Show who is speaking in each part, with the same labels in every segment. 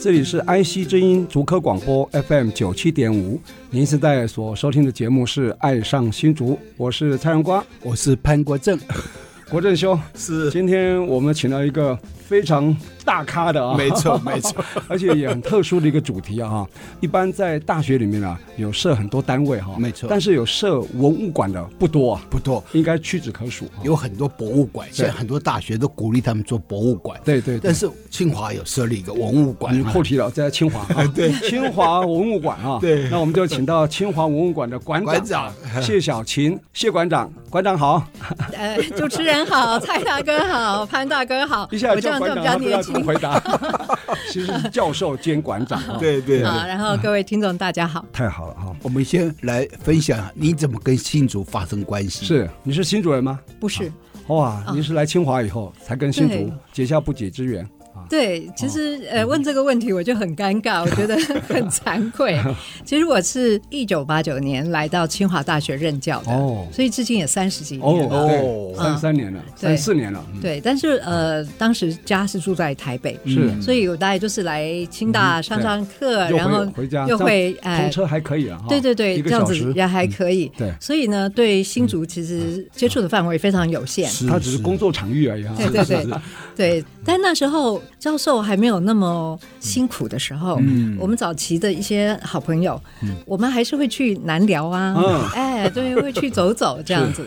Speaker 1: 这里是 IC 之音竹科广播 FM 九七点五，您现在所收听的节目是《爱上新竹》，我是蔡阳瓜，
Speaker 2: 我是潘国正，
Speaker 1: 国正兄。
Speaker 2: 是
Speaker 1: 今天我们请到一个非常大咖的啊，
Speaker 2: 没错没错，
Speaker 1: 而且也很特殊的一个主题啊。一般在大学里面啊，有设很多单位哈、
Speaker 2: 没错
Speaker 1: 但是有设文物馆的不多啊，
Speaker 2: 不错，
Speaker 1: 应该屈指可数、啊。
Speaker 2: 有很多博物馆，现在很多大学都鼓励他们做博物馆，
Speaker 1: 对对对
Speaker 2: 但是清华有设立一个文物馆
Speaker 1: 你
Speaker 2: 嘛，
Speaker 1: 后提了，在清华 啊，对，清华文物馆啊，
Speaker 2: 对
Speaker 1: 那我们就请到清华文物馆的馆
Speaker 2: 馆长
Speaker 1: 谢小琴，谢馆长，馆长好，
Speaker 3: 呃，主持人好，蔡大哥好，潘大哥好，
Speaker 1: 一下
Speaker 3: 我这
Speaker 1: 叫
Speaker 3: 样
Speaker 1: 馆
Speaker 3: 就
Speaker 1: 长，
Speaker 3: 比
Speaker 1: 他不知道
Speaker 3: 较年
Speaker 1: 怎么
Speaker 3: 轻
Speaker 1: 回答， 其实是教授兼馆长啊，，
Speaker 2: 对对
Speaker 3: 啊。然后各位听众大家好，
Speaker 1: 太好了哦哈，
Speaker 2: 我们先来分享你怎么跟新竹发生关系。，
Speaker 1: 是，你是新主人吗？
Speaker 3: 不是，
Speaker 1: 哇，
Speaker 3: 啊
Speaker 1: 你是来清华以后才跟新竹
Speaker 3: 对
Speaker 1: 结下不解之缘啊？嗯
Speaker 3: 对，其实呃问这个问题我就很尴尬，我觉得很惭 愧。其实我是一九八九年来到清华大学任教的，
Speaker 1: 哦
Speaker 3: 所以至今也三十几年了。
Speaker 1: 哦，
Speaker 2: 哦
Speaker 1: 对，三三年了，
Speaker 3: 嗯对
Speaker 1: 三四年了，嗯
Speaker 3: 对，但是呃，当时家是住在台北，
Speaker 1: 是
Speaker 3: 所以我大概就是来清大上上课，
Speaker 1: 嗯又
Speaker 3: 嗯然后
Speaker 1: 回回家，
Speaker 3: 又
Speaker 1: 这样
Speaker 3: 会哎
Speaker 1: 通车还可以啊，哈
Speaker 3: 对对对，
Speaker 1: 一
Speaker 3: 这
Speaker 1: 个
Speaker 3: 样
Speaker 1: 小
Speaker 3: 子
Speaker 1: 时嗯
Speaker 3: 也还可以。
Speaker 1: 对
Speaker 3: 所以呢，对新竹其实接触的范围非常有限。
Speaker 2: 是
Speaker 1: 他只是工作场域而已啊。
Speaker 3: 对对对对，但那时候教授还没有那么辛苦的时候，
Speaker 2: 嗯
Speaker 3: 我们早期的一些好朋友，我们还是会去南寮啊，
Speaker 1: 嗯
Speaker 3: 哎，对，会去走走这样子。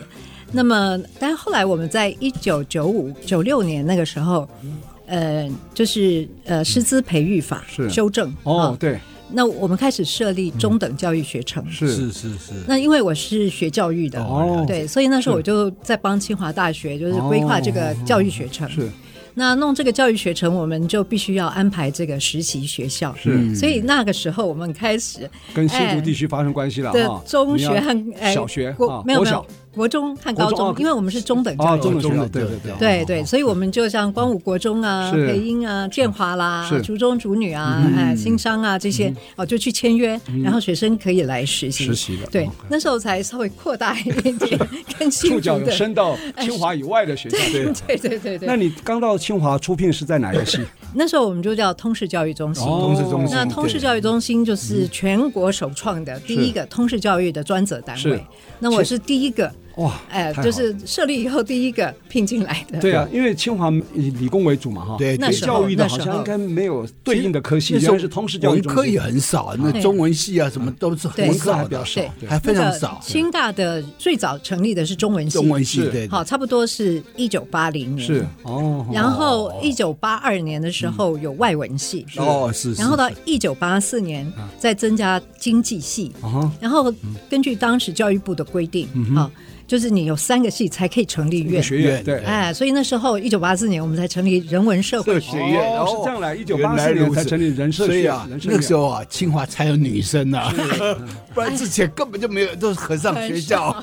Speaker 3: 那么，但后来我们在一九九五九六年那个时候，
Speaker 1: 嗯
Speaker 3: 呃，就是呃师资培育法
Speaker 1: 是
Speaker 3: 修正
Speaker 1: 哦
Speaker 3: 啊，
Speaker 1: 对，嗯
Speaker 3: 那我们开始设立中等教育学程，
Speaker 1: 是
Speaker 2: 是是是，
Speaker 3: 那因为我是学教育的，
Speaker 1: 哦
Speaker 3: 对，所以那时候
Speaker 1: 是哦
Speaker 3: 我就在帮清华大学就是规划这个教育学程。
Speaker 1: 是，
Speaker 3: 那弄这个教育学程，我们就必须要安排这个实习学校。
Speaker 1: 是
Speaker 3: 所以那个时候我们开始
Speaker 1: 跟新竹地区发生关系了
Speaker 3: 的
Speaker 1: 啊。
Speaker 3: 哎中
Speaker 1: 你
Speaker 3: 学
Speaker 1: 要
Speaker 3: 和、哎
Speaker 1: 小学啊
Speaker 3: 国没有
Speaker 1: 国
Speaker 3: 没
Speaker 1: 小
Speaker 3: 有国中和高
Speaker 1: 国中
Speaker 3: 中
Speaker 1: 哦，
Speaker 3: 因为我们是中等
Speaker 1: 啊，
Speaker 3: 教
Speaker 1: 中等
Speaker 3: 育。
Speaker 1: 学校，
Speaker 2: 中等
Speaker 1: 对对
Speaker 2: 对
Speaker 1: 对，
Speaker 3: 对对，所以我们就像光武国中啊、
Speaker 1: 是
Speaker 3: 培英啊、建华啦
Speaker 1: 是、嗯
Speaker 3: 竹中、竹女啊、哎、新商啊这些，哦，就去签约，然后学生可以来实习。
Speaker 1: 实习的
Speaker 3: 对
Speaker 1: OK，
Speaker 3: 那时候才稍微扩大一点点，跟
Speaker 1: 触
Speaker 3: 新
Speaker 1: 角
Speaker 3: 竹
Speaker 1: 有
Speaker 3: 的。
Speaker 1: 伸 到清华以外的学校。哎对，
Speaker 3: 对对对
Speaker 1: 那
Speaker 3: 对，
Speaker 1: 你刚到清华出聘是在哪个系？
Speaker 3: 那时候我们就叫通识教育中心。
Speaker 1: 哦
Speaker 2: 通识中心，
Speaker 3: 那通识教育中心就是全国首创的第一个通识教育的专责单
Speaker 1: 嗯是
Speaker 3: 位。那我是第一个，
Speaker 1: 哇，太
Speaker 3: 哎，
Speaker 1: 好
Speaker 3: 就
Speaker 1: 了
Speaker 3: 是设立以后第一个聘进来的。
Speaker 1: 对啊，因为清华以理工为主嘛，哈，
Speaker 2: 对
Speaker 3: 那时候
Speaker 1: 教育的
Speaker 3: 那
Speaker 1: 好
Speaker 3: 时
Speaker 1: 像
Speaker 3: 候
Speaker 1: 应该没有对应的科系，
Speaker 2: 那时
Speaker 1: 原
Speaker 2: 候
Speaker 1: 来是通识教育
Speaker 2: 文
Speaker 1: 中
Speaker 2: 科
Speaker 1: 心
Speaker 2: 也很少，那
Speaker 3: 对
Speaker 2: 中文系啊什么都是
Speaker 3: 对
Speaker 2: 很
Speaker 1: 文科还
Speaker 2: 少
Speaker 1: 比较
Speaker 2: 的，
Speaker 1: 少
Speaker 3: 对，
Speaker 1: 对
Speaker 2: 还非
Speaker 3: 那
Speaker 2: 常
Speaker 3: 个
Speaker 2: 少。
Speaker 3: 清大的最早成立的是中文系，
Speaker 2: 中文系
Speaker 1: 是
Speaker 2: 对，
Speaker 3: 好，差不多是一九八零年。
Speaker 1: 是。哦，嗯
Speaker 3: 然后一九八二年的时候有外文系，
Speaker 2: 哦是，是
Speaker 3: 然后到
Speaker 2: 是
Speaker 3: 一九八四年再增加经济系，
Speaker 1: 啊，
Speaker 3: 然后根据当时教育部的规定，
Speaker 2: 嗯
Speaker 3: 啊，就是你有三个系才可以成立院。
Speaker 1: 学院
Speaker 2: 院
Speaker 1: 对。
Speaker 3: 哎，所以那时候一九八四年我们才成立人文社会
Speaker 2: 社
Speaker 3: 学。
Speaker 2: 学院，
Speaker 1: 哦
Speaker 2: 然
Speaker 1: 是
Speaker 2: 后
Speaker 1: 这样来
Speaker 2: 原来
Speaker 1: 1984年
Speaker 2: 如此
Speaker 1: 才成立人社
Speaker 2: 所以
Speaker 1: 学
Speaker 2: 啊
Speaker 1: 人，社
Speaker 2: 那个时
Speaker 1: 院
Speaker 2: 候啊，清华才有女生啊， 不然之前根本就没有，都是和尚学校。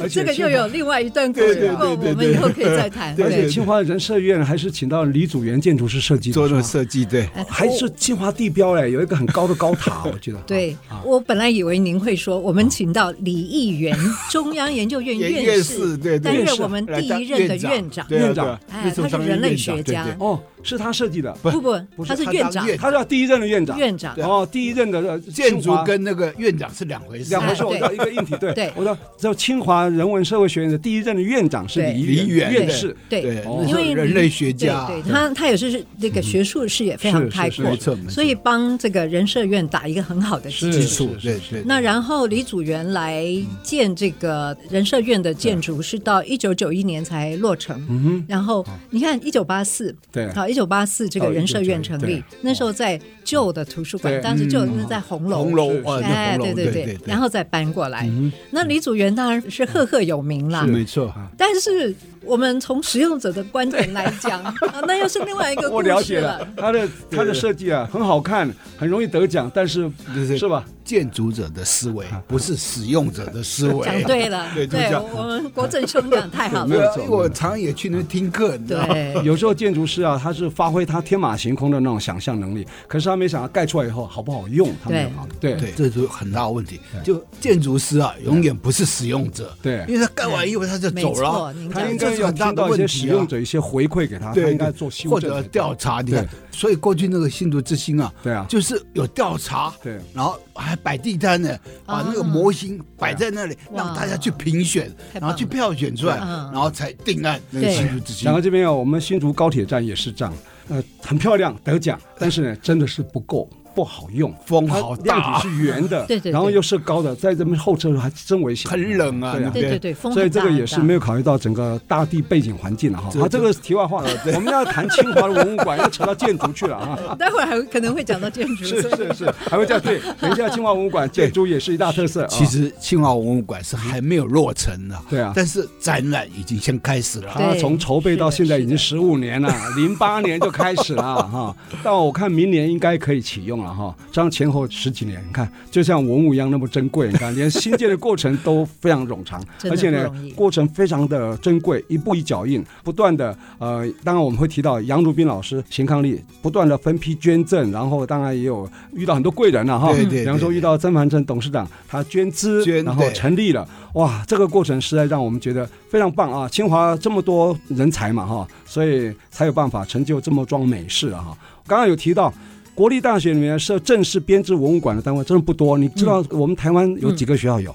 Speaker 1: 而且
Speaker 3: 这个
Speaker 1: 清
Speaker 3: 又
Speaker 1: 华
Speaker 3: 有另外一段故
Speaker 2: 对
Speaker 3: 事，
Speaker 2: 对
Speaker 3: 不
Speaker 2: 对
Speaker 3: 过
Speaker 2: 对
Speaker 3: 我们以后可以再谈。
Speaker 1: 而且清华人社院还是请到李祖原建筑师设计的
Speaker 2: 做那
Speaker 1: 是
Speaker 2: 个
Speaker 1: 吧
Speaker 2: 设计，对，
Speaker 1: 还是清华地标哎嘞，有一个很高的高塔，我记得。
Speaker 3: 对，
Speaker 2: 啊
Speaker 3: 我本来以为您会说我们请到李议员，中央研究院
Speaker 2: 也
Speaker 3: 院
Speaker 2: 院士对对
Speaker 3: 担任
Speaker 2: 院士
Speaker 3: 我们
Speaker 2: 来
Speaker 3: 第
Speaker 2: 当
Speaker 3: 一任的
Speaker 2: 院长
Speaker 3: 长。
Speaker 2: 啊对啊
Speaker 1: 院长
Speaker 2: 对啊
Speaker 3: 哎
Speaker 2: 那时候
Speaker 3: 他是
Speaker 2: 当
Speaker 3: 人类
Speaker 2: 院长
Speaker 3: 学
Speaker 2: 对
Speaker 3: 家
Speaker 2: 对
Speaker 1: 哦，是他设计的，
Speaker 3: 不不
Speaker 2: 不是
Speaker 3: 他是
Speaker 2: 他
Speaker 3: 院
Speaker 2: 当
Speaker 3: 长，
Speaker 2: 院
Speaker 1: 他是第一任的院长。
Speaker 3: 院长
Speaker 2: 对啊
Speaker 1: 哦，第一任的呃
Speaker 2: 建
Speaker 1: 清
Speaker 2: 筑
Speaker 1: 华
Speaker 2: 跟那个院长是两回事，
Speaker 1: 两回事，
Speaker 3: 哎
Speaker 1: 我知道一个硬体，对，
Speaker 3: 对
Speaker 1: 我知道，就清华人文社会学院的第一任的院长是
Speaker 3: 对
Speaker 1: 李
Speaker 2: 李远
Speaker 1: 院
Speaker 2: 对
Speaker 1: 士，
Speaker 3: 对
Speaker 2: 对，
Speaker 1: 哦
Speaker 2: 那时候
Speaker 3: 因为
Speaker 2: 人类学
Speaker 3: 对
Speaker 2: 家，嗯
Speaker 3: 对，他他也是那个学术视野非常
Speaker 1: 是是
Speaker 3: 开
Speaker 1: 是
Speaker 3: 阔
Speaker 2: 没，错没错
Speaker 3: 所以帮这个人社院打一个很好的基础
Speaker 2: 基。础
Speaker 1: 是
Speaker 2: 对对。
Speaker 3: 那然后李祖原来建这个人社院的建筑是到一九九一年才落成，
Speaker 2: 嗯
Speaker 1: 嗯
Speaker 3: 然后
Speaker 2: 哦
Speaker 3: 你看一九八四，
Speaker 1: 对
Speaker 3: 好一九八四这个
Speaker 1: 哦
Speaker 3: 人社院成立
Speaker 1: 1991，
Speaker 3: 那时候在旧的图书
Speaker 1: 对
Speaker 3: 馆，当时旧的那在红楼，
Speaker 2: 嗯红楼啊，那
Speaker 3: 哎，
Speaker 2: 红
Speaker 3: 对
Speaker 2: 楼，
Speaker 3: 对
Speaker 2: 对嗯
Speaker 3: 对，然后再搬过来。
Speaker 1: 嗯
Speaker 3: 那李祖原当然是赫赫有名啦
Speaker 2: 是，没错
Speaker 1: 啊
Speaker 2: 哈。
Speaker 3: 但是我们从使用者的观点来讲，啊，那又是另外一个故
Speaker 1: 我
Speaker 2: 啊
Speaker 1: 了
Speaker 3: 事
Speaker 1: 解了。他的他的设计啊，很好看，很容易得奖，但是
Speaker 2: 对对
Speaker 1: 是吧？
Speaker 2: 建筑者的思维
Speaker 1: 啊
Speaker 2: 不是使用者的思维。
Speaker 3: 讲对了，
Speaker 2: 对就这样
Speaker 3: 我们国政兄讲太好
Speaker 2: 没
Speaker 3: 了，
Speaker 2: 有错，因为我常常也去那边听课，你知道吗？
Speaker 3: 对。
Speaker 1: 有时候建筑师啊，他是发挥他天马行空的那种想象能力，可是他没想到盖出来以后好不好用，他没有考虑。对
Speaker 2: 对，这是很大的问题。就建筑师啊，永远不是使用者，
Speaker 1: 对
Speaker 2: 因为他盖完以后他就走了
Speaker 3: 没错您，
Speaker 1: 他
Speaker 3: 讲
Speaker 1: 应
Speaker 2: 这
Speaker 1: 该
Speaker 2: 是
Speaker 1: 有
Speaker 2: 很大
Speaker 1: 听
Speaker 2: 的
Speaker 1: 到一
Speaker 2: 问
Speaker 1: 些
Speaker 2: 题啊
Speaker 1: 使用者一些回馈给他，啊他
Speaker 2: 对，
Speaker 1: 应该做修
Speaker 2: 或
Speaker 1: 正
Speaker 2: 者
Speaker 1: 才对
Speaker 2: 调查，你看
Speaker 1: 对，
Speaker 2: 所以过去那个新竹之星啊，
Speaker 1: 对啊
Speaker 2: 就是有调查，
Speaker 1: 对
Speaker 2: 然后还摆地摊呢，
Speaker 3: 啊
Speaker 2: 把那个模型摆在那里，
Speaker 3: 哇
Speaker 2: 让大家去评选，
Speaker 3: 嗯太棒
Speaker 2: 然
Speaker 3: 了
Speaker 2: 后去票选出来，
Speaker 3: 嗯
Speaker 2: 然后才定案那个
Speaker 3: 对
Speaker 2: 新竹之星
Speaker 1: 然后。这边啊有我们新竹高铁站也是这样，呃，很漂亮，得奖，但是呢，真的是不够，不好用。
Speaker 2: 风好
Speaker 1: 它
Speaker 2: 大啊
Speaker 1: 量体是圆 的，
Speaker 3: 对对对
Speaker 1: 然后又是高的，在这边后车还真危险，
Speaker 2: 很冷啊
Speaker 1: 对啊
Speaker 2: 那。
Speaker 3: 对
Speaker 2: 边
Speaker 3: 对对，风
Speaker 1: 所以
Speaker 3: 很
Speaker 1: 这
Speaker 3: 大
Speaker 1: 个也是
Speaker 3: 很
Speaker 1: 没
Speaker 3: 大
Speaker 1: 有考虑到整个大地背景环境了啊哈。
Speaker 2: 对
Speaker 1: 好，这个是题外话了，我们要谈清华的文物馆，要扯到建筑去了 啊。
Speaker 3: 待会儿还可能会讲到建筑，
Speaker 1: 是
Speaker 3: 所以
Speaker 1: 是 是，还会这样对。等一下，清华文物馆建筑也是一大特色啊。
Speaker 2: 其实清华文物馆是还没有落成的，
Speaker 1: 对啊
Speaker 2: 但是展览已经先开始了。
Speaker 1: 他
Speaker 3: 对
Speaker 1: 啊从筹备到现在已经十五年了，零八年就开始 了哈。到我看明年应该可以启用了哈，这样前后十几年，你看就像文物一样那么珍贵，你看连新建的过程都非常冗长
Speaker 3: ，真的
Speaker 1: 而且
Speaker 3: 不
Speaker 1: 呢
Speaker 3: 容易
Speaker 1: 过程非常的珍贵，一步一脚印，不断的呃，当然我们会提到杨如斌老师邢康利不断的分批捐赠，然后当然也有遇到很多贵人了
Speaker 3: 嗯
Speaker 1: 哈，
Speaker 2: 对对对
Speaker 1: 比方说遇到曾凡成董事长，他捐资，
Speaker 2: 捐
Speaker 1: 然后
Speaker 2: 对
Speaker 1: 成立了。哇，这个过程实在让我们觉得非常棒啊！清华这么多人才嘛哈，所以才有办法成就这么桩美事啊哈。刚刚有提到。国立大学里面设正式编制文物馆的单位真的不多，你知道
Speaker 3: 嗯
Speaker 1: 我们台湾有几个学校有？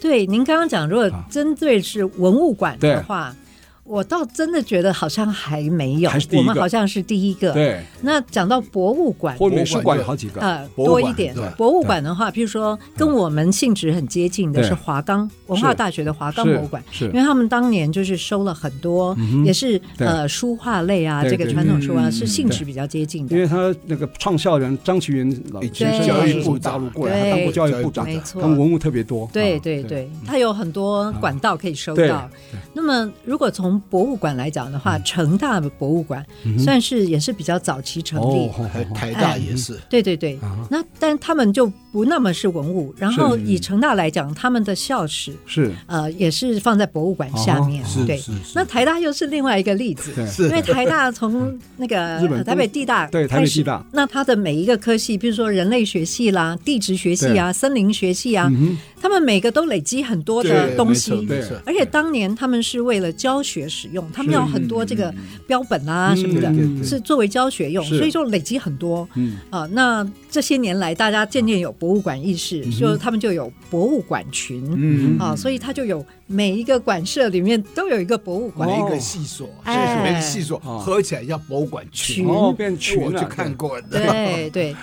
Speaker 3: 对，您刚刚讲，如果针对是文物馆
Speaker 1: 对
Speaker 3: 的话，我倒真的觉得好像还没有
Speaker 1: 还是，第一
Speaker 3: 我
Speaker 1: 个
Speaker 3: 们好像是第一个。
Speaker 2: 嗯
Speaker 1: 对，
Speaker 3: 那讲到博物馆，
Speaker 1: 或美术馆有好几个。
Speaker 3: 呃，
Speaker 2: 博物
Speaker 3: 多
Speaker 2: 馆
Speaker 3: 一点
Speaker 2: 对。
Speaker 3: 博物馆的话，譬如说跟我们性质很接近的
Speaker 1: 对
Speaker 3: 是华冈文化大学的华冈
Speaker 1: 是
Speaker 3: 博物馆，嗯
Speaker 1: 是
Speaker 3: 因为他们当年就是收了很多，也是
Speaker 1: 嗯对
Speaker 3: 呃书画类啊，
Speaker 1: 对
Speaker 3: 这个
Speaker 1: 对
Speaker 3: 传统书啊
Speaker 2: 嗯
Speaker 3: 是性质比较接近
Speaker 1: 因
Speaker 3: 的。
Speaker 1: 为他那个创校人张其云老
Speaker 2: 对
Speaker 1: 先生
Speaker 3: 教育
Speaker 1: 他是
Speaker 2: 部
Speaker 1: 从大陆过
Speaker 3: 对
Speaker 1: 来，他当过教育部长，
Speaker 3: 没错
Speaker 1: 他们文物特别多。
Speaker 3: 对
Speaker 1: 啊
Speaker 3: 对对，它有很多管道可以收
Speaker 1: 对嗯
Speaker 3: 到。那么，如果从博物馆来讲的话，成大的博物馆算是也是比较早期成立
Speaker 1: 哦，，好好
Speaker 2: 台
Speaker 1: 好
Speaker 2: 台大也是，
Speaker 3: 对对对，那但他们就不那么是文物。然后
Speaker 1: 是嗯
Speaker 3: 以成大来讲，他们的校史
Speaker 1: 是
Speaker 3: 呃也是放在博物馆
Speaker 1: 啊
Speaker 3: 下面，
Speaker 2: 是
Speaker 3: 对
Speaker 2: 是是
Speaker 3: 那台大又是另外一个例 子，
Speaker 1: 对
Speaker 2: 是
Speaker 3: 因为台大从那个
Speaker 1: 日本
Speaker 3: 呃台北地大
Speaker 1: 对
Speaker 3: 开
Speaker 1: 台
Speaker 3: 始
Speaker 1: 北地大，
Speaker 3: 那它的每一个科系，比如说人类学系啦、地质学系啊、森林学系啊，他们每个都累积很多的
Speaker 2: 对
Speaker 3: 东西。
Speaker 2: 没错没
Speaker 1: 嗯对
Speaker 2: 错
Speaker 3: 而且当年他们是为了教学使用，他们要很多这个标本啊
Speaker 1: 嗯
Speaker 3: 什么的，
Speaker 1: 对对对
Speaker 3: 是作为教学用，
Speaker 1: 是
Speaker 3: 所以就累积很多。
Speaker 1: 嗯
Speaker 3: 啊、那这些年来，大家渐渐有博物馆意识，
Speaker 1: 嗯
Speaker 3: 就他们就有博物馆群。
Speaker 2: 嗯，
Speaker 1: 哦
Speaker 3: 啊、所以它就有每一个馆舍里面都有一个博物馆
Speaker 2: 每一
Speaker 1: 哦
Speaker 2: 个系所，
Speaker 3: 哎
Speaker 2: 每个系所
Speaker 1: 哦
Speaker 2: 合起来叫博物馆群
Speaker 3: 群，
Speaker 1: 哦，变群
Speaker 2: 我
Speaker 1: 了，
Speaker 2: 去看过的。
Speaker 3: 对对，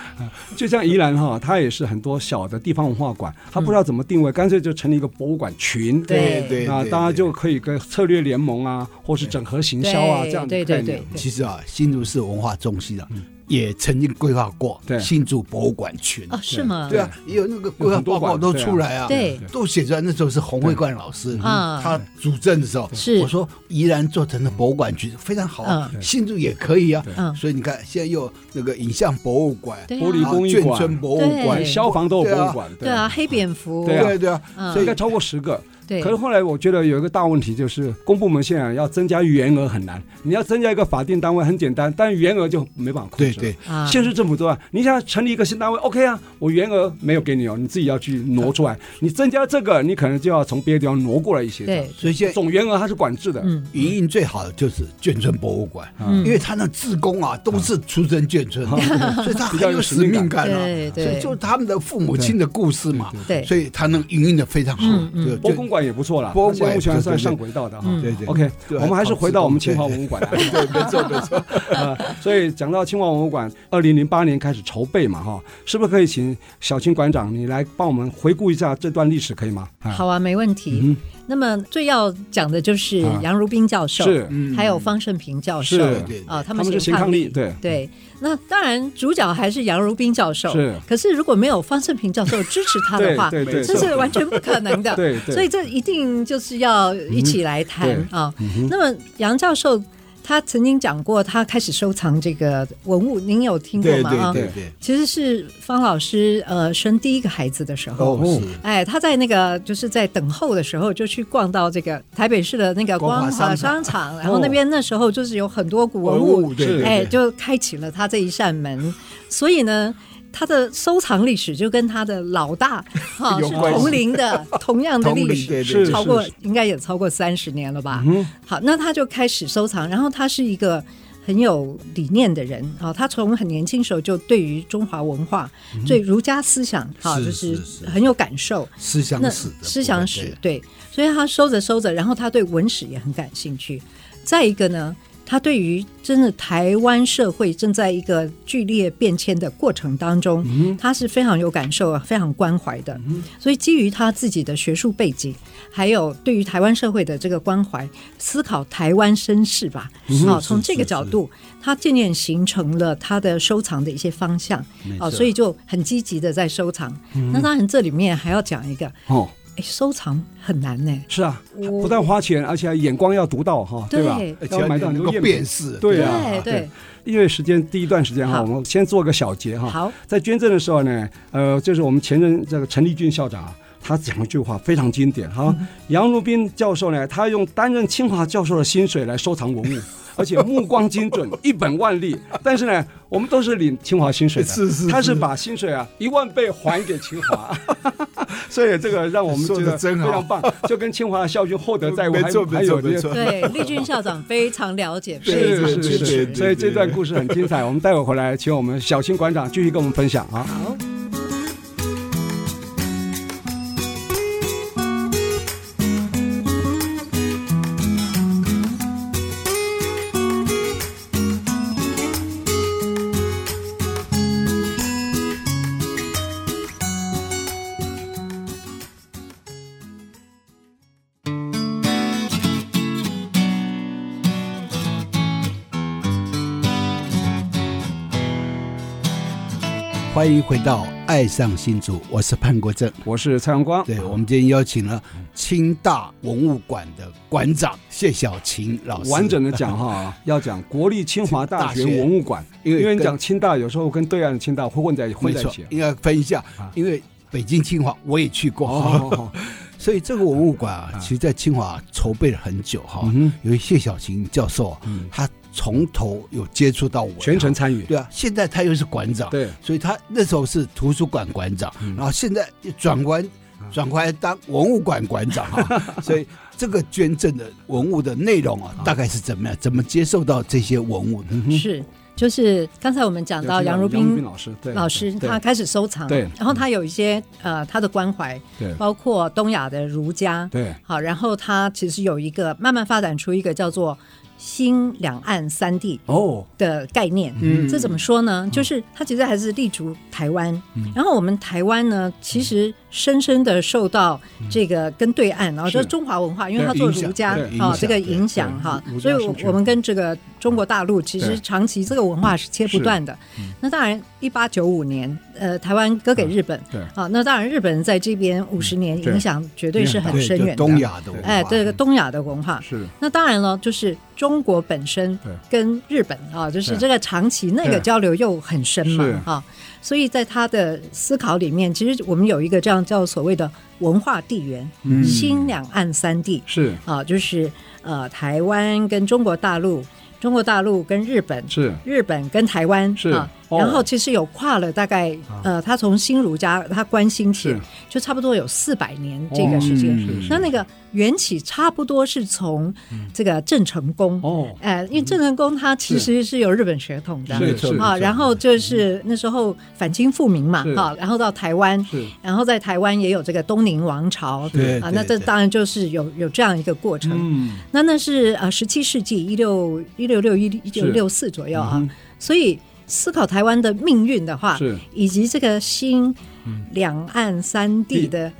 Speaker 1: 就像宜兰哈，它也是很多小的地方文化馆，它不知道怎么定位，干脆就成立一个博物馆群。
Speaker 3: 嗯对
Speaker 2: 对
Speaker 1: 啊，
Speaker 2: 对
Speaker 1: 大家
Speaker 2: 对
Speaker 1: 就可以跟策略联盟啊，或是整合行销啊
Speaker 3: 对
Speaker 1: 这样的
Speaker 3: 对对
Speaker 1: 概念
Speaker 3: 对。
Speaker 2: 其实啊，新竹市文化中心啊，也曾经规划过
Speaker 1: 对
Speaker 2: 新竹博物馆群
Speaker 3: 哦，。是吗？
Speaker 2: 对啊，也有那个规划报告都出来啊，
Speaker 3: 有很多馆对
Speaker 2: 都写出来。那时候是洪慧冠老师
Speaker 3: 啊
Speaker 2: 他主政的时候，
Speaker 3: 是
Speaker 2: 我说宜兰做成了博物馆局非常好啊，
Speaker 3: 嗯
Speaker 2: 新竹也可以啊
Speaker 3: 嗯。
Speaker 2: 所以你看，现在又有那个影像博物馆，
Speaker 3: 对啊
Speaker 1: 玻璃工艺
Speaker 2: 眷
Speaker 1: 馆
Speaker 2: 村、博物
Speaker 3: 对
Speaker 2: 馆
Speaker 1: 消防都有博物馆，
Speaker 3: 对啊，，黑蝙蝠，
Speaker 1: 对
Speaker 2: 对啊对啊，
Speaker 3: 嗯
Speaker 2: 所
Speaker 1: 应
Speaker 2: 以
Speaker 1: 该超过十个。
Speaker 3: 对
Speaker 1: 可是后来我觉得有一个大问题就是，公部门现在要增加员额很难，你要增加一个法定单位很简单，但员额就没办法控
Speaker 2: 对
Speaker 1: 制。
Speaker 2: 对，
Speaker 3: 啊，
Speaker 1: 县市政府都啊，你想成立一个新单位，OK 啊，我员额没有给你哦，你自己要去挪出来。你增加这个，你可能就要从别的地方挪过来一些。
Speaker 3: 对，
Speaker 2: 所以现在
Speaker 1: 总员额它是管制的。
Speaker 3: 嗯
Speaker 2: 云印最好的就是眷村博物馆，
Speaker 1: 啊
Speaker 3: 嗯，
Speaker 2: 因为他那志工啊都是出身眷村， 所以他很有使命 感啊。
Speaker 3: 对
Speaker 2: 所以
Speaker 3: 对
Speaker 2: 就是他们的父母亲的故事嘛，
Speaker 3: 对
Speaker 2: 所以他能营运的非常好
Speaker 3: 嗯。嗯
Speaker 2: 就
Speaker 1: 嗯博
Speaker 2: 就
Speaker 1: 公馆也不错啦，
Speaker 2: 博公馆
Speaker 1: 它现在目前还
Speaker 2: 对
Speaker 1: 算
Speaker 2: 对对
Speaker 1: 上轨道的哈。
Speaker 3: 嗯
Speaker 2: 对对
Speaker 1: OK，
Speaker 2: 对
Speaker 1: 我们还是回到我们清华
Speaker 2: 对
Speaker 1: 文物馆来。
Speaker 2: 对，没错没 错，
Speaker 1: 所以讲到清华文物馆，二零零八年开始筹备嘛，哈，是不是可以请小青馆长你来帮我们回顾一下这段历史，可以吗？啊，
Speaker 3: 好啊，没问题。
Speaker 1: 嗯
Speaker 3: 那么最要讲的就是
Speaker 1: 啊
Speaker 3: 杨如冰教授，
Speaker 1: 是
Speaker 2: 嗯
Speaker 3: 还有方胜平教授，
Speaker 1: 是
Speaker 2: 对
Speaker 3: 啊，他
Speaker 1: 他
Speaker 3: 们
Speaker 1: 们是
Speaker 3: 是
Speaker 1: 邢
Speaker 3: 抗
Speaker 1: 抗力，
Speaker 3: 力。
Speaker 1: 对，
Speaker 3: 对，那当然主角还是杨如冰教授，
Speaker 1: 是，
Speaker 3: 可是如果没有方胜平教授支持他的
Speaker 1: 对
Speaker 3: 话，
Speaker 1: 对对，
Speaker 3: 这是完全不可能 的。
Speaker 1: 对对，
Speaker 3: 所以这一定就是要一起来谈
Speaker 1: 嗯
Speaker 3: 啊、
Speaker 1: 嗯哼
Speaker 3: 那么杨教授他曾经讲过，他开始收藏这个文物，您有听过
Speaker 2: 对
Speaker 3: 吗？啊
Speaker 2: 对，对对，
Speaker 3: 其实是方老师呃生第一个孩子的时候。
Speaker 2: 哦是
Speaker 3: 哎，他在那个就是在等候的时候，就去逛到这个台北市的那个
Speaker 2: 光华
Speaker 3: 光华
Speaker 2: 商哦
Speaker 3: 商场，然后那边那时候就是有很多古文
Speaker 2: 文
Speaker 3: 物
Speaker 2: 物，对对
Speaker 3: 哎，
Speaker 2: 对
Speaker 3: 就开启了他这一扇门。所以呢，他的收藏历史就跟他的老大哈
Speaker 2: 有
Speaker 3: 是
Speaker 2: 关系
Speaker 3: 同龄的同样的
Speaker 2: 同
Speaker 3: 历
Speaker 2: 理
Speaker 3: 史，
Speaker 2: 对
Speaker 1: 是
Speaker 2: 对
Speaker 1: 是
Speaker 3: 超过应该也超过三十年了吧？
Speaker 1: 嗯
Speaker 3: 好，那他就开始收藏，然后他是一个。很有理念的人啊、他从很年轻时候就对于中华文化、对儒家思想
Speaker 2: 嗯
Speaker 3: 啊、
Speaker 2: 是
Speaker 3: 就是
Speaker 2: 是
Speaker 3: 很有感受。
Speaker 2: 思想
Speaker 3: 那
Speaker 2: 史的部分，
Speaker 3: 思想史对，所以他收着收着，然后他对文史也很感兴趣。再一个呢，他对于真的台湾社会正在一个剧烈变迁的过程当中，
Speaker 2: 嗯
Speaker 3: 他是非常有感受、啊非常关怀的。所以基于他自己的学术背景，还有对于台湾社会的这个关怀，思考台湾身世吧。
Speaker 2: 嗯
Speaker 3: 好，从这个角度，他渐渐形成了他的收藏的一些方向。哦，所以就很积极的在收藏。
Speaker 2: 嗯
Speaker 3: 那当然，这里面还要讲一个，
Speaker 1: 哦，
Speaker 3: 哎，收藏很难呢。
Speaker 1: 是啊，
Speaker 3: 我
Speaker 1: 不但花钱，而且还眼光要独到哈，
Speaker 3: 嗯对
Speaker 1: 吧？
Speaker 2: 而且
Speaker 1: 要买
Speaker 2: 还
Speaker 1: 到很
Speaker 2: 能
Speaker 1: 多
Speaker 2: 够
Speaker 1: 赝
Speaker 2: 辨
Speaker 1: 品。
Speaker 2: 识，
Speaker 1: 对啊
Speaker 3: 对对，
Speaker 1: 因为时间第一段时间哈，
Speaker 3: 好
Speaker 1: 我们先做个小结哈。
Speaker 3: 好，
Speaker 1: 在捐赠的时候呢，呃，就是我们前任这个陈立军校长啊，他讲一句话非常经典哈。
Speaker 2: 嗯
Speaker 1: 杨如斌教授呢，他用担任清华教授的薪水来收藏文 物，而且目光精准，一本万利。但是呢，我们都是领清华薪水的，
Speaker 2: 是是是
Speaker 1: 他是把薪水啊一万倍还给清华， 所以这个让我们觉
Speaker 2: 说
Speaker 1: 得非
Speaker 2: 得真好
Speaker 1: 常棒，就跟清华的校训厚德载物
Speaker 2: 没
Speaker 1: 还
Speaker 2: 错
Speaker 1: 还
Speaker 2: 没
Speaker 1: 有这
Speaker 2: 错没
Speaker 1: 些
Speaker 2: 错，
Speaker 3: 对，丽君校长非常了解，非
Speaker 1: 是
Speaker 3: 常
Speaker 1: 是
Speaker 2: 对
Speaker 3: 支
Speaker 1: 是
Speaker 2: 对
Speaker 3: 持
Speaker 1: 是，
Speaker 2: 对
Speaker 1: 所以这段故事很精彩。我们待会儿回来，请我们小青馆长继续跟我们分享啊。
Speaker 3: 好。
Speaker 2: 欢迎回到《爱上新竹》，我是潘国正。
Speaker 1: 我是蔡阳光，
Speaker 2: 对，我们今天邀请了清大文物馆的馆长谢小琴老师，
Speaker 1: 完整的讲 哈，要讲国立清华大学
Speaker 2: 大学
Speaker 1: 文物馆，
Speaker 2: 因 为
Speaker 1: 因为你
Speaker 2: 跟
Speaker 1: 讲清大有时候跟对岸的清大会混在混
Speaker 2: 没
Speaker 1: 在一
Speaker 2: 错
Speaker 1: 起，。
Speaker 2: 应该分一下
Speaker 1: 啊，
Speaker 2: 因为北京清华我也去过，
Speaker 1: 哦， 哦
Speaker 2: 所以这个文物馆啊，
Speaker 1: 啊
Speaker 2: 其实在清华筹备了很久哈、
Speaker 1: 哦嗯
Speaker 2: 因为谢小琴教授啊，
Speaker 1: 哼，
Speaker 2: 他从头有接触到我，
Speaker 1: 全程参与，
Speaker 2: 对啊，现在他又是馆长，
Speaker 1: 对，
Speaker 2: 所以他那时候是图书馆馆长，
Speaker 1: 嗯
Speaker 2: 然后现在又转弯
Speaker 1: 啊
Speaker 2: 转过来当文物馆馆长 啊，所以这个捐赠的文物的内容啊，大概是怎么样？怎么接受到这些文物的？
Speaker 1: 嗯哼
Speaker 3: 是，就是刚才我们讲到
Speaker 1: 有听
Speaker 3: 杨如
Speaker 1: 杨如
Speaker 3: 冰
Speaker 1: 老师，对，
Speaker 3: 老师，
Speaker 1: 对
Speaker 3: 他开始收藏，
Speaker 1: 对
Speaker 3: 然后他有一些呃他的关怀，
Speaker 1: 对
Speaker 3: 包括东亚的儒家，
Speaker 1: 对，
Speaker 3: 好，然后他其实有一个慢慢发展出一个叫做新两岸三地
Speaker 1: 哦，
Speaker 3: 的概念。
Speaker 2: 嗯
Speaker 3: 这怎么说呢？就是它其实还是立足台湾，然后我们台湾呢，其实深深的受到这个跟对岸，然后就是
Speaker 1: 是
Speaker 3: 中华文化，因为它
Speaker 2: 对
Speaker 3: 做
Speaker 2: 影响
Speaker 3: 儒家
Speaker 2: 对影
Speaker 3: 啊
Speaker 2: 响
Speaker 3: 这
Speaker 2: 对
Speaker 3: 个影响哈
Speaker 1: 儒，
Speaker 3: 所以
Speaker 1: 儒家
Speaker 3: 我
Speaker 1: 是
Speaker 3: 我们跟这个中国大陆其实
Speaker 1: 对
Speaker 3: 长期这个文化是切不
Speaker 1: 是
Speaker 3: 断的。那当然，一八九五年，呃，台湾割给日本，
Speaker 1: 对
Speaker 3: 啊，那当然日本在这边五十年
Speaker 1: 对
Speaker 3: 影响绝对是很深
Speaker 2: 就
Speaker 3: 远的。哎
Speaker 2: 东亚的文化，嗯
Speaker 3: 哎，这个东亚的文化，
Speaker 1: 是
Speaker 3: 那当然了，就是中国本身
Speaker 1: 对
Speaker 3: 跟日本啊，就是这个长期那个
Speaker 1: 对
Speaker 3: 交流又很深
Speaker 1: 是
Speaker 3: 嘛啊，所以在他的思考里面，其实我们有一个这样叫所谓的文化地缘，
Speaker 1: 嗯
Speaker 3: 新两岸三地
Speaker 1: 是
Speaker 3: 啊，就是呃台湾跟中国大陆，中国大陆跟日本，
Speaker 1: 是
Speaker 3: 日本跟台湾
Speaker 1: 是
Speaker 3: 啊，
Speaker 1: 哦啊
Speaker 3: 然后其实有跨了大概、呃，他从新儒家他关心起
Speaker 1: 是，哦
Speaker 3: 就差不多有四百年这个时间。
Speaker 1: 是是
Speaker 3: 那那个缘起差不多是从这个郑成功，
Speaker 1: 嗯哦嗯
Speaker 3: 呃，因为郑成功他其实是有日本血统的，
Speaker 1: 是
Speaker 2: 没错
Speaker 1: 是嗯
Speaker 3: 啊，然后就是那时候反清复明嘛
Speaker 1: 是，
Speaker 3: 哈，然后到台湾
Speaker 1: 是，
Speaker 3: 然后在台湾也有这个东宁王朝，
Speaker 2: 对
Speaker 3: 啊，
Speaker 2: 对
Speaker 3: 那这
Speaker 2: 对
Speaker 3: 当然就是有有这样一个过程。
Speaker 1: 嗯
Speaker 3: 那那是呃十七世纪一六一六六一一九六四左右啊，所以思考台湾的命运的话
Speaker 1: 是，
Speaker 3: 以及这个新两岸三地的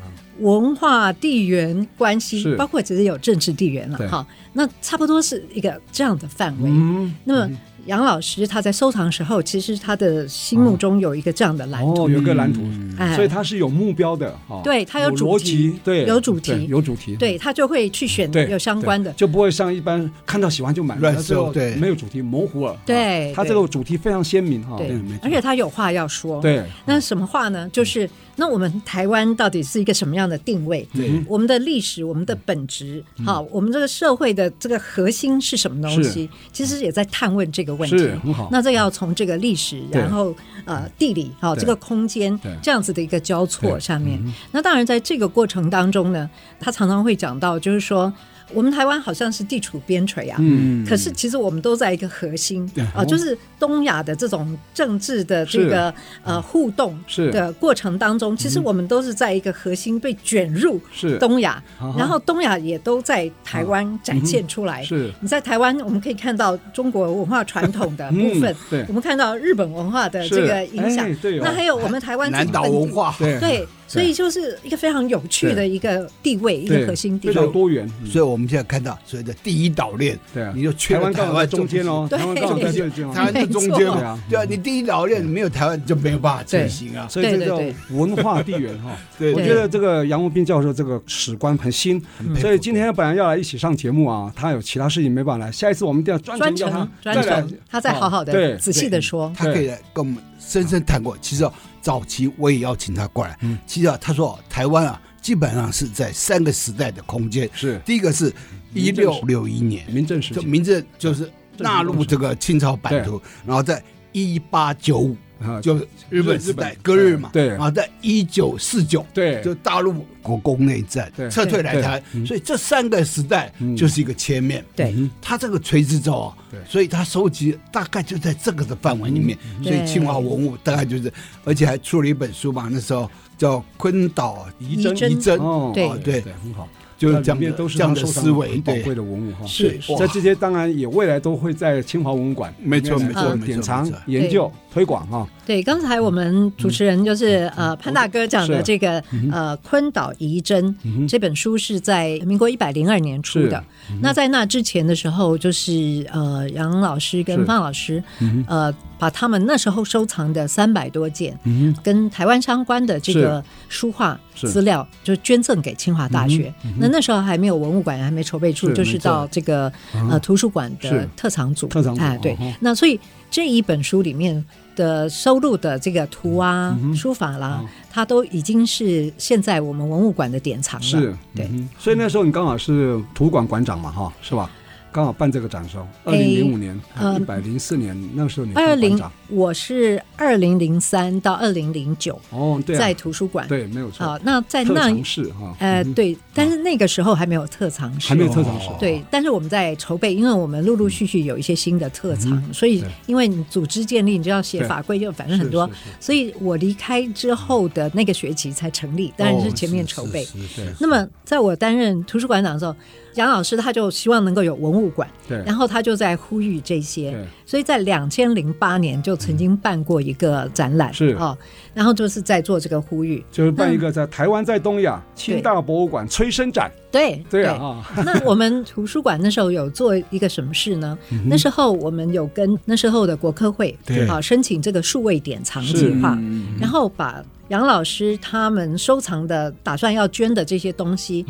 Speaker 3: 文化地缘关系
Speaker 1: 是，
Speaker 3: 包括其实有政治地缘
Speaker 1: 对
Speaker 3: 了哈，那差不多是一个这样的范围。
Speaker 1: 嗯
Speaker 3: 那么杨老师他在收藏时候，其实他的心目中有一个这样的蓝图，
Speaker 1: 哦哦，有个蓝图，
Speaker 3: 哎
Speaker 1: 所以它是有目标的哈。
Speaker 3: 对它有主
Speaker 1: 逻
Speaker 3: 题
Speaker 1: 辑，对，
Speaker 3: 有主题
Speaker 1: 对有主题，
Speaker 3: 对他就会去选
Speaker 1: 对，
Speaker 3: 有相关的
Speaker 1: 对，就不会像一般看到喜欢就买，
Speaker 2: 乱
Speaker 1: 那最后
Speaker 2: 搜对
Speaker 1: 没有主题模糊了。啊
Speaker 3: 对
Speaker 1: 它这个主题非常鲜明哈。啊
Speaker 3: 对
Speaker 2: 没错
Speaker 3: 而且他有话要说。
Speaker 1: 对，嗯
Speaker 3: 那什么话呢？就是那我们台湾到底是一个什么样的定位？
Speaker 2: 对
Speaker 3: 我们的历史、我们的本质，
Speaker 1: 嗯
Speaker 3: 好、我们这个社会的这个核心是什么东西？其实也在探问这个
Speaker 1: 是。
Speaker 3: 问题
Speaker 1: 很好。
Speaker 3: 那这个要从这个历史，
Speaker 1: 对嗯
Speaker 3: 然后呃地理，好、
Speaker 1: 对
Speaker 3: 这个空间
Speaker 1: 对
Speaker 3: 这样子的一个交错
Speaker 1: 对嗯
Speaker 3: 上面。那当然，在这个过程当中呢，他常常会讲到，就是说我们台湾好像是地处边陲啊，
Speaker 1: 嗯
Speaker 3: 可是其实我们都在一个核心
Speaker 1: 对
Speaker 3: 啊、
Speaker 1: 哦
Speaker 3: 就是东亚的这种政治的这
Speaker 1: 是嗯
Speaker 3: 个呃互动
Speaker 1: 是嗯
Speaker 3: 的过程当中，其实我们都是在一个核心被卷入
Speaker 1: 是
Speaker 3: 东亚
Speaker 1: 啊哈，嗯
Speaker 3: 然后东亚也都在台湾展现出来。
Speaker 1: 是
Speaker 3: 你在台湾，我们可以看到中国文化传统 的部分，
Speaker 1: 嗯对
Speaker 3: 我们看到日本文化的
Speaker 1: 是
Speaker 3: 这个影响
Speaker 1: 哎，对哦
Speaker 3: 那还有我们台湾自己
Speaker 2: 南岛
Speaker 3: 本地
Speaker 2: 文，化，
Speaker 1: 对
Speaker 3: 对，所以就是一个非常有趣的
Speaker 1: 对
Speaker 3: 一个地位，一
Speaker 1: 对
Speaker 3: 个核心地
Speaker 1: 非常
Speaker 3: 位。
Speaker 1: 多元。嗯
Speaker 2: 所以我们现在看到所谓的第一岛链，
Speaker 1: 对啊，
Speaker 2: 你就缺
Speaker 1: 台
Speaker 2: 了
Speaker 1: 湾刚好
Speaker 2: 台
Speaker 1: 在
Speaker 2: 湾
Speaker 1: 中间哦，
Speaker 3: 间
Speaker 1: 台湾刚好在这个地方。哦
Speaker 2: 台湾在中
Speaker 3: 没
Speaker 2: 间
Speaker 3: 错
Speaker 2: 嘛，对啊，你第一岛链没有台湾就没有办法成型啊，
Speaker 1: 所以这
Speaker 3: 对
Speaker 1: 叫
Speaker 3: 对
Speaker 1: 文化地缘哈。
Speaker 2: 对
Speaker 1: 我
Speaker 3: 对
Speaker 1: 觉得这个杨文斌教授这个史观很新，所以今天本来要来一起上节目啊，他有其他事情没办法来，下一次我们一定要专
Speaker 3: 专
Speaker 1: 程叫他
Speaker 3: 程专
Speaker 1: 再来
Speaker 3: 程，他再好好
Speaker 1: 哦对
Speaker 3: 的仔细的说，
Speaker 2: 他可以来跟我们深深谈过。其实哦早期我也邀请他过来，
Speaker 1: 嗯
Speaker 2: 其实啊，他说哦台湾啊，基本上是在三个时代的空间，
Speaker 1: 是
Speaker 2: 第一个是一
Speaker 1: 明治时
Speaker 2: 六六一年，
Speaker 1: 民政时
Speaker 2: 就
Speaker 1: 期
Speaker 2: 民政就是纳入这个清朝版图，然后在一八九五
Speaker 1: 啊，
Speaker 2: 就是日本时
Speaker 1: 日
Speaker 2: 代
Speaker 1: 本
Speaker 2: 割日嘛，
Speaker 1: 对
Speaker 2: 然后在一九四九。
Speaker 1: 对
Speaker 2: 就大陆国共内战
Speaker 1: 对
Speaker 2: 撤退来台
Speaker 1: 对嗯，
Speaker 2: 所以这三个时代
Speaker 1: 嗯
Speaker 2: 就是一个切面。
Speaker 3: 对
Speaker 2: 他这个垂直照啊
Speaker 1: 对，嗯
Speaker 2: 所以他收集大概就在这个的范围里面，所以
Speaker 3: 对
Speaker 2: 清华文物大概就是，而且还出了一本书嘛，那时候叫《昆岛遗
Speaker 3: 珍
Speaker 2: 遗珍》，
Speaker 1: 哦
Speaker 3: 对
Speaker 2: 哦
Speaker 1: 对
Speaker 2: 对
Speaker 1: 对，很好，
Speaker 2: 就是这样
Speaker 1: 那里面
Speaker 2: 的
Speaker 1: 都是
Speaker 2: 这样
Speaker 1: 他
Speaker 2: 的
Speaker 1: 收藏
Speaker 2: 思维，
Speaker 1: 很宝贵
Speaker 2: 对，
Speaker 1: 的文物哈。
Speaker 3: 是
Speaker 2: 哇
Speaker 1: 在这些当然也未来都会在清华文物馆
Speaker 2: 没错
Speaker 1: 里面
Speaker 2: 没
Speaker 1: 来
Speaker 2: 错
Speaker 1: 做
Speaker 2: 没错
Speaker 1: 典藏
Speaker 2: 没错、
Speaker 1: 研究、推广哈。
Speaker 3: 对，刚才我们主持人就是、呃潘大哥讲的这个、呃《昆岛遗珍》这本书是在民国一百零二年出的。那在那之前的时候，就是呃杨老师
Speaker 1: 是
Speaker 3: 跟方老师、呃把他们那时候收藏的三百多件、
Speaker 1: 嗯哼
Speaker 3: 跟台湾相关的这个书画
Speaker 1: 是嗯
Speaker 3: 资料，就捐赠给清华大学。那那时候还没有文物馆，还没筹备处，
Speaker 1: 是
Speaker 3: 就是
Speaker 1: 没错嗯
Speaker 3: 到这个呃图书馆的
Speaker 1: 是
Speaker 3: 特藏组，
Speaker 1: 特藏组
Speaker 3: 哎对
Speaker 1: 哦吼。
Speaker 3: 那所以这一本书里面的收录的这个图啊、
Speaker 1: 嗯
Speaker 3: 书法啦，它都已经是现在我们文物馆的典藏了。
Speaker 1: 是，
Speaker 3: 对
Speaker 1: 嗯。哼所以那时候你刚好是图书馆馆长嘛，哈，是吧？刚好办这个展售，二
Speaker 3: 哎
Speaker 1: 零零五年、一
Speaker 3: 呃
Speaker 1: 百零四年，那时候你
Speaker 3: 二
Speaker 1: 当馆
Speaker 3: 零
Speaker 1: 长。，
Speaker 3: 我是二零零三到二零零九
Speaker 1: 哦，对、啊，
Speaker 3: 在图书馆。
Speaker 1: 对，没有错。
Speaker 3: 啊，那在
Speaker 1: 特
Speaker 3: 那
Speaker 1: 长室哈，
Speaker 3: 呃
Speaker 1: 嗯
Speaker 3: 对，但是那个时候还没有特藏室，
Speaker 1: 还没有特长室，
Speaker 3: 对，但是我们在筹备，因为我们陆陆续续有一些新的特长，所以
Speaker 1: 对
Speaker 3: 因为你组织建立，你就要
Speaker 1: 嗯
Speaker 3: 写
Speaker 1: 对
Speaker 3: 法规，就反正很
Speaker 1: 是
Speaker 3: 多，
Speaker 1: 是是
Speaker 3: 所以我离开之后的那个学期才成
Speaker 1: 哦
Speaker 3: 立，当
Speaker 2: 哦
Speaker 3: 然是前面筹备。
Speaker 1: 对
Speaker 3: 那么，在我担任图书馆长的时候，杨老师他就希望能够有文物馆，
Speaker 1: 对
Speaker 3: 然后他就在呼吁这
Speaker 1: 对
Speaker 3: 些，所以在两千零八年就曾经办过一个展览，
Speaker 1: 是
Speaker 3: 哦，然后就是在做这个呼吁，
Speaker 1: 就是办一个在台湾在东亚清
Speaker 3: 嗯对
Speaker 1: 大博物馆催生展，
Speaker 3: 对
Speaker 1: 对啊啊，
Speaker 3: 那我们图书馆那时候有做一个什么事呢？
Speaker 1: 嗯
Speaker 3: 那时候我们有跟那时候的国科会
Speaker 2: 对
Speaker 3: 啊申请这个数位典藏计划，
Speaker 1: 嗯
Speaker 2: 嗯
Speaker 3: 然后把杨老师他们收藏的、打算要捐的这些东西、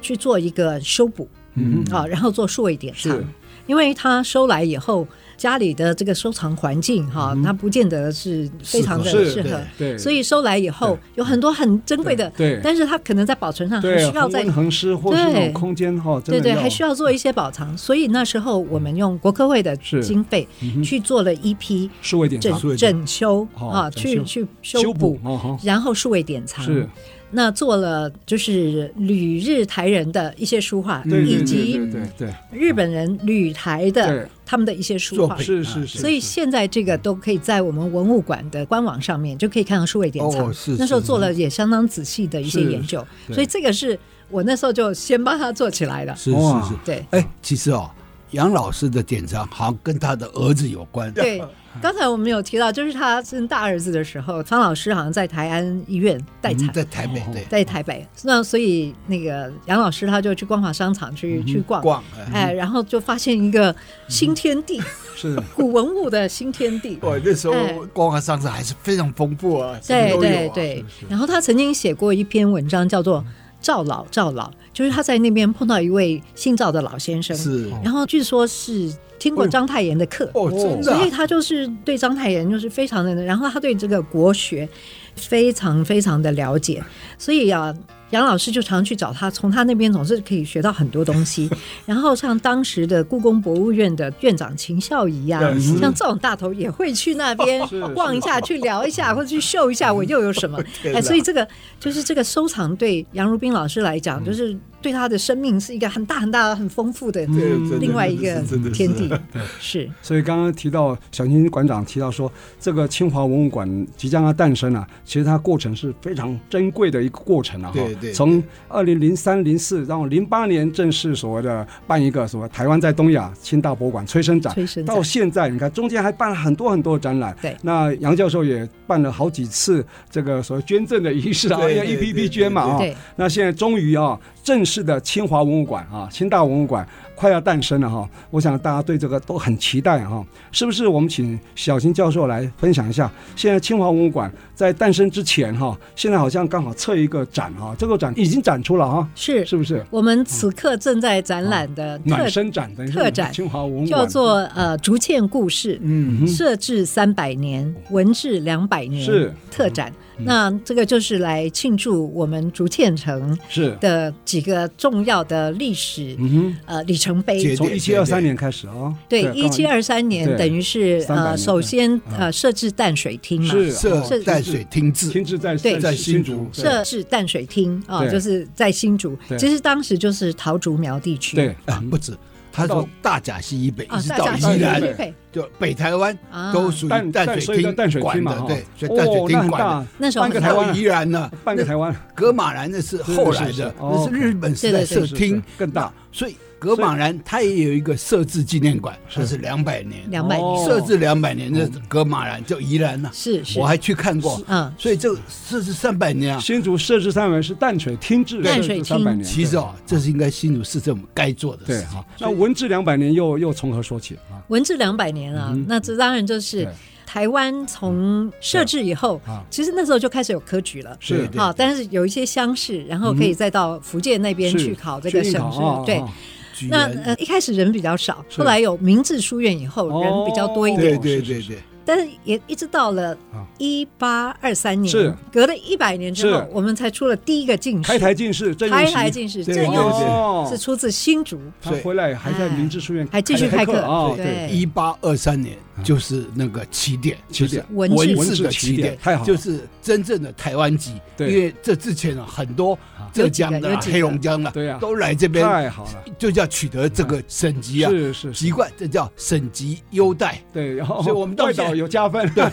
Speaker 3: 去做一个修补，
Speaker 1: 嗯
Speaker 3: 哦啊，然后做数位典藏
Speaker 1: 是。
Speaker 3: 因为他收来以后，家里的这个收藏环境哈，
Speaker 1: 嗯
Speaker 3: 它不见得是非常的
Speaker 2: 适合
Speaker 3: 适
Speaker 2: 是
Speaker 3: 合，
Speaker 1: 对，
Speaker 3: 所以收来以后有很多很珍贵的，
Speaker 1: 对对
Speaker 3: 但是它可能在保存上还
Speaker 1: 对
Speaker 3: 需要再
Speaker 1: 温恒湿或是那种
Speaker 3: 对
Speaker 1: 空间哈，真
Speaker 3: 对
Speaker 1: 的
Speaker 3: 对，
Speaker 1: 要
Speaker 3: 还需要做一些保藏，所以那时候我们用国科会的
Speaker 1: 嗯是
Speaker 3: 经费去做了一批
Speaker 1: 数位典藏
Speaker 2: 数位
Speaker 3: 整整修
Speaker 1: 哦
Speaker 3: 啊，
Speaker 1: 整
Speaker 3: 去
Speaker 1: 修
Speaker 3: 去修
Speaker 1: 修补
Speaker 3: 补，
Speaker 1: 哦哈，
Speaker 3: 然后数位典藏
Speaker 1: 是
Speaker 3: 那做了就是旅日台人的一些书画，
Speaker 1: 对对
Speaker 3: 以及
Speaker 1: 对对对
Speaker 3: 日本人旅台的
Speaker 1: 对
Speaker 3: 他们的一些书
Speaker 2: 作
Speaker 3: 画
Speaker 1: 对，
Speaker 2: 品啊
Speaker 1: 是是是，
Speaker 3: 所以现在这个都可以在我们文物馆的官网上面就可以看到数位典藏。
Speaker 2: 哦是
Speaker 3: 那时候
Speaker 2: 是
Speaker 3: 做了也相当仔细的一些
Speaker 1: 是
Speaker 3: 研究，
Speaker 2: 对
Speaker 3: 所以这个是我那时候就先帮他做起来的。
Speaker 2: 是
Speaker 1: 哇
Speaker 2: 是是。
Speaker 3: 对
Speaker 2: 哎，其实哦，杨老师的典藏好像跟他的儿子有关。
Speaker 3: 对，刚才我们有提到，就是他生大儿子的时候，方老师好像在台安医院待产
Speaker 2: 嗯。在台北
Speaker 1: 哦
Speaker 2: 对
Speaker 3: 在台北，那所以那个杨老师他就去光华商场去、去逛，
Speaker 2: 逛哎嗯
Speaker 3: 哎，然后就发现一个新天地，
Speaker 1: 是
Speaker 3: 古文物的新天地。
Speaker 2: 哇，那时
Speaker 3: 哎
Speaker 2: 候光华商场还是非常丰富啊，什么
Speaker 3: 对
Speaker 2: 都有
Speaker 3: 对
Speaker 2: 啊嗯
Speaker 3: 对，然后他曾经写过一篇文章，叫做《赵老赵老》，就是他在那边碰到一位姓赵的老先生，
Speaker 2: 是
Speaker 3: 然后据说是听过张太炎的课，
Speaker 2: 哦，真的啊
Speaker 3: 所以他就是对章太炎就是非常的，然后他对这个国学非常非常的了解，所以啊，杨老师就常去找他，从他那边总是可以学到很多 东西。然后像当时的故宫博物院的院长秦孝仪啊，像这种大头也会去那边 逛一下，去聊一下，或者去秀一下我又有什么。
Speaker 2: 天哪
Speaker 3: 哎，所以这个就是这个收藏对杨如冰老师来
Speaker 2: 嗯
Speaker 3: 讲，就是对他的生命是一个很大很大很丰富的
Speaker 2: 对真的
Speaker 3: 另外一个
Speaker 2: 真的是真的是
Speaker 3: 天地， 是。
Speaker 1: 所以刚刚提到小金馆长提到说，这个清华文物馆即将要诞生啊，其实它过程是非常珍贵的一个过程啊。哈
Speaker 2: 对对
Speaker 1: 从二零零三零四，然后零八年正式所谓的办一个什么台湾在东亚清大博物馆催生展，
Speaker 3: 催生展
Speaker 1: 到现在你看中间还办了很多很多的展览。
Speaker 3: 对
Speaker 1: 那杨教授也办了好几次这个所谓捐赠的仪式啊，
Speaker 2: 对
Speaker 1: 要
Speaker 2: 对
Speaker 1: 一批一
Speaker 2: 对
Speaker 1: 批捐嘛啊。
Speaker 3: 对，
Speaker 1: 那现在终于啊，正式的清华文物馆啊，清大文物馆快要诞生了哈、我想大家对这个都很期待哈、是不是？我们请小秦教授来分享一下，现在清华文物馆在诞生之前哈、现在好像刚好测一个展哈、这个展已经展出了哈、
Speaker 3: 是
Speaker 1: 是不是？
Speaker 3: 我们此刻正在展览的特
Speaker 1: 暖身展等于是
Speaker 3: 特展
Speaker 1: 清华文物馆
Speaker 3: 叫做呃《竹堑故事》，
Speaker 1: 嗯哼
Speaker 3: 设置三百年，文治两百年，
Speaker 1: 是嗯
Speaker 3: 特展。那这个就是来庆祝我们竹堑城
Speaker 1: 是
Speaker 3: 的几个重要的历史、
Speaker 1: 嗯
Speaker 3: 呃里程碑
Speaker 2: 节。
Speaker 1: 哼，从一
Speaker 2: 对
Speaker 1: 七
Speaker 2: 对
Speaker 1: 二三
Speaker 2: 对
Speaker 1: 年开始啊，
Speaker 3: 对，
Speaker 1: 刚好
Speaker 3: 一七二三年
Speaker 1: 对
Speaker 3: 等于是
Speaker 1: 300
Speaker 3: 呃，
Speaker 1: 年啊
Speaker 3: 首先呃设置淡水厅嘛，
Speaker 1: 是
Speaker 2: 设
Speaker 3: 是
Speaker 2: 啊淡水听字，
Speaker 1: 亲自在
Speaker 3: 对
Speaker 2: 在新
Speaker 1: 竹对
Speaker 2: 竹
Speaker 3: 设置淡水厅啊，
Speaker 1: 对
Speaker 3: 就是在新竹
Speaker 1: 对，
Speaker 3: 其实当时就是桃竹苗地区，
Speaker 1: 对
Speaker 2: 啊，不止，他
Speaker 1: 到
Speaker 2: 从大甲溪以北
Speaker 3: 啊
Speaker 2: 一，直
Speaker 3: 大
Speaker 2: 到
Speaker 3: 家
Speaker 2: 宜
Speaker 1: 到宜
Speaker 2: 兰
Speaker 1: 兰，
Speaker 3: 配
Speaker 2: 就北台湾
Speaker 3: 啊
Speaker 2: 都属
Speaker 1: 淡
Speaker 2: 于
Speaker 1: 淡
Speaker 2: 淡
Speaker 1: 水
Speaker 2: 厅
Speaker 1: 淡水
Speaker 2: 管
Speaker 1: 厅嘛
Speaker 2: 的，
Speaker 1: 哈，
Speaker 2: 对，所以淡水
Speaker 1: 哦，那
Speaker 2: 厅
Speaker 1: 很
Speaker 2: 管
Speaker 1: 大
Speaker 2: 的。，
Speaker 3: 那时候
Speaker 1: 半
Speaker 2: 那
Speaker 1: 个
Speaker 3: 很
Speaker 1: 台
Speaker 3: 大啊
Speaker 1: 湾啊
Speaker 2: 到宜兰呢，
Speaker 1: 半个
Speaker 2: 那
Speaker 1: 台湾
Speaker 2: 噶玛兰那是后
Speaker 1: 是
Speaker 2: 来
Speaker 1: 是是
Speaker 2: 的，
Speaker 1: 哦
Speaker 2: 那是日本时代
Speaker 3: 对对
Speaker 2: 设
Speaker 3: 对
Speaker 1: 是
Speaker 2: 厅
Speaker 1: 是更大，
Speaker 2: 所以噶玛兰它也有一个设置纪念馆，它是两百年，
Speaker 3: 两百
Speaker 1: 哦
Speaker 3: 年，
Speaker 2: 设置两百年的噶玛兰叫宜兰呐，
Speaker 3: 是是
Speaker 2: 啊我，还去看过，
Speaker 3: 嗯，
Speaker 2: 所以这个设置三百年啊，
Speaker 1: 新竹设置三百是淡水厅制
Speaker 3: 淡
Speaker 1: 设
Speaker 3: 水
Speaker 1: 置三百
Speaker 3: 厅
Speaker 1: 年，
Speaker 2: 其实哦，这是应该新竹市政府该做的
Speaker 1: 对
Speaker 2: 事
Speaker 1: 对
Speaker 2: 情
Speaker 1: 好。。那文治两百年又又从何说起啊？
Speaker 3: 文治两百年啊，那这当然就是
Speaker 1: 嗯对嗯
Speaker 3: 台湾从设置以后
Speaker 1: 啊，
Speaker 3: 其实那时候就开始有科举了。
Speaker 1: 是
Speaker 2: 对对
Speaker 3: 好，但是有一些乡试，然后可以再到福建那边
Speaker 1: 嗯是
Speaker 3: 去考这个
Speaker 1: 去应
Speaker 3: 省
Speaker 1: 考
Speaker 3: 试
Speaker 1: 啊。
Speaker 3: 对
Speaker 1: 啊，
Speaker 2: 居
Speaker 3: 那
Speaker 2: 然
Speaker 3: 呃一开始人比较少，
Speaker 1: 是
Speaker 3: 后来有明治书院以后
Speaker 1: 哦
Speaker 3: 人比较多一
Speaker 2: 对
Speaker 3: 点，
Speaker 2: 对
Speaker 1: 是是
Speaker 2: 对
Speaker 1: 是
Speaker 2: 对，
Speaker 3: 但是也一直到了
Speaker 1: 啊
Speaker 3: 一八二三
Speaker 1: 是
Speaker 3: 年，隔了一百年之后
Speaker 1: 是，
Speaker 3: 我们才出了第一个进士，
Speaker 1: 开台进士，郑
Speaker 3: 开
Speaker 1: 用锡
Speaker 3: 台进士，
Speaker 2: 对
Speaker 3: 郑
Speaker 2: 对
Speaker 3: 用
Speaker 2: 对
Speaker 1: 哦
Speaker 3: 锡是出自新竹，
Speaker 1: 他回来还在明治书院
Speaker 3: 还继续
Speaker 1: 开
Speaker 3: 开课
Speaker 1: 啊，
Speaker 3: 对
Speaker 1: 对，
Speaker 2: 一八二三年就是那个起点，
Speaker 1: 嗯起
Speaker 2: 就
Speaker 1: 点
Speaker 2: 是
Speaker 3: 文
Speaker 2: 文
Speaker 3: 字
Speaker 2: 字的
Speaker 1: 文字起
Speaker 2: 起
Speaker 1: 点
Speaker 2: 点，
Speaker 1: 太好了
Speaker 2: 就是真正的台湾籍。
Speaker 1: 对
Speaker 2: 因为这之前啊，很多浙江的啊、
Speaker 3: 有几个有几个
Speaker 2: 黑龙江的，
Speaker 1: 对啊
Speaker 2: 都来这边，
Speaker 1: 太好了，
Speaker 2: 啊就叫取得这个省级啊，
Speaker 1: 是是
Speaker 2: 籍
Speaker 1: 是，
Speaker 2: 贯，这叫省级优待。
Speaker 1: 对，然后
Speaker 2: 所以我们到
Speaker 1: 外
Speaker 2: 现在
Speaker 1: 岛有加分，
Speaker 2: 对，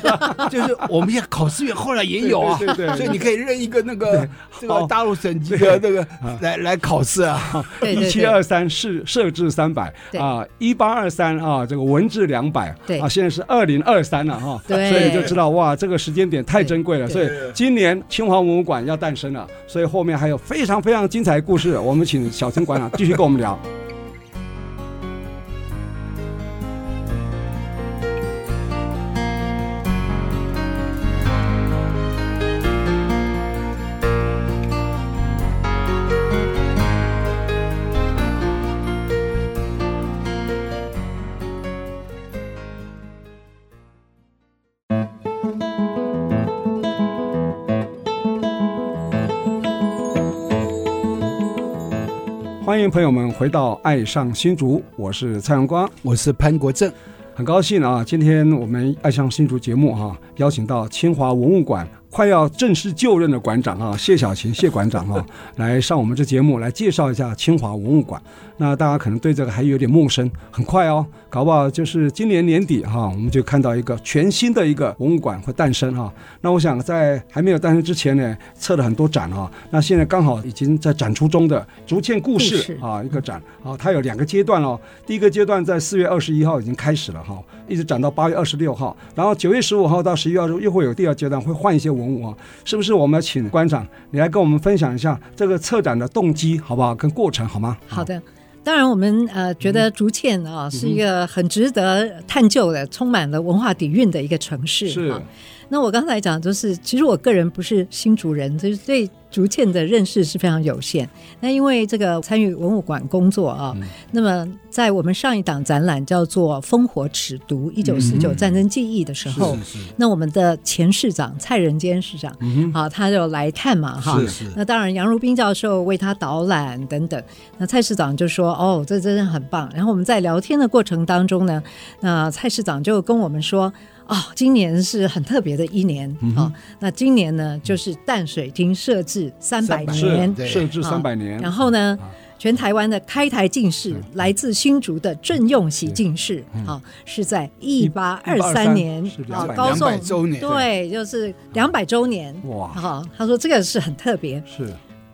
Speaker 2: 就是我们现在考试院后来也有啊，
Speaker 1: 对对对对
Speaker 2: 所以你可以认一个那个这
Speaker 1: 好
Speaker 2: 个大陆省级的那个
Speaker 1: 啊
Speaker 2: 来来考试啊。
Speaker 3: 对
Speaker 1: 一
Speaker 3: 对
Speaker 1: 七
Speaker 3: 对。
Speaker 1: 二三设设置三百
Speaker 3: 对
Speaker 1: 啊，一八二三啊，这个文治两百，
Speaker 3: 对
Speaker 1: 啊，现在是二零二三了哈，
Speaker 3: 对
Speaker 1: 所以就知道哇，这个时间点太珍贵了，所
Speaker 2: 对
Speaker 1: 以今年清华文物馆要诞生了，所以后面还有非常非常精彩的故事，我们请小陈馆长继续跟我们聊。 欢迎朋友们回到《爱上新竹》，我是蔡阳光，
Speaker 2: 我是潘国正，
Speaker 1: 很高兴啊，今天我们《爱上新竹》节目哈、邀请到清华文物馆快要正式就任的馆长啊，谢小琴谢馆长啊，来上我们这节目来介绍一下清华文物馆。那大家可能对这个还有点陌生，很快哦，搞不好就是今年年底哈、我们就看到一个全新的一个文物馆会诞生哈、那我想在还没有诞生之前呢，测了很多展哈、那现在刚好已经在展出中的《竹堑故事
Speaker 3: 故》事
Speaker 1: 啊，一个展啊，它有两个阶段哦。第一个阶段在四月二十一号已经开始了哈、一直展到八月二十六号，然后九月十五号到十一月又会有第二阶段，会换一些文物啊、是不是？我们请馆长你来跟我们分享一下这个策展的动机好不好？跟过程好吗？
Speaker 3: 好的。当然，我们呃觉得竹堑
Speaker 2: 嗯
Speaker 3: 啊、是一个很值得探究的、充满了文化底蕴的一个城市。
Speaker 1: 是
Speaker 3: 啊，那我刚才讲就是，其实我个人不是新竹人，就是对竹堑的认识是非常有限。那因为这个参与文物馆工作啊，
Speaker 2: 嗯
Speaker 3: 那么在我们上一档展览叫做《烽火尺牍：一九四九战争记忆》的时候，
Speaker 2: 嗯是
Speaker 3: 那我们的前市长蔡仁坚市长，好、他就来看嘛，哈。
Speaker 2: 嗯是是
Speaker 3: 那当然，杨如冰教授为他导览等等。那蔡市长就说：“哦，这真的很棒。”然后我们在聊天的过程当中呢，那蔡市长就跟我们说：“哦，今年是很特别的一年啊、哦那今年呢，就是淡水厅设置三百
Speaker 2: 300
Speaker 3: 年。
Speaker 1: 是
Speaker 3: 啊
Speaker 2: 对
Speaker 1: 设置三百年，
Speaker 3: 然后呢，全台湾的开台进士来自新竹的郑用喜进士啊，是在一八二三年
Speaker 1: 是
Speaker 3: 啊
Speaker 1: 200
Speaker 3: 高
Speaker 2: 200周
Speaker 3: 颂
Speaker 2: 年
Speaker 3: 对，就是两百周年
Speaker 1: 哇
Speaker 3: 啊，他说这个是很特别。
Speaker 1: 是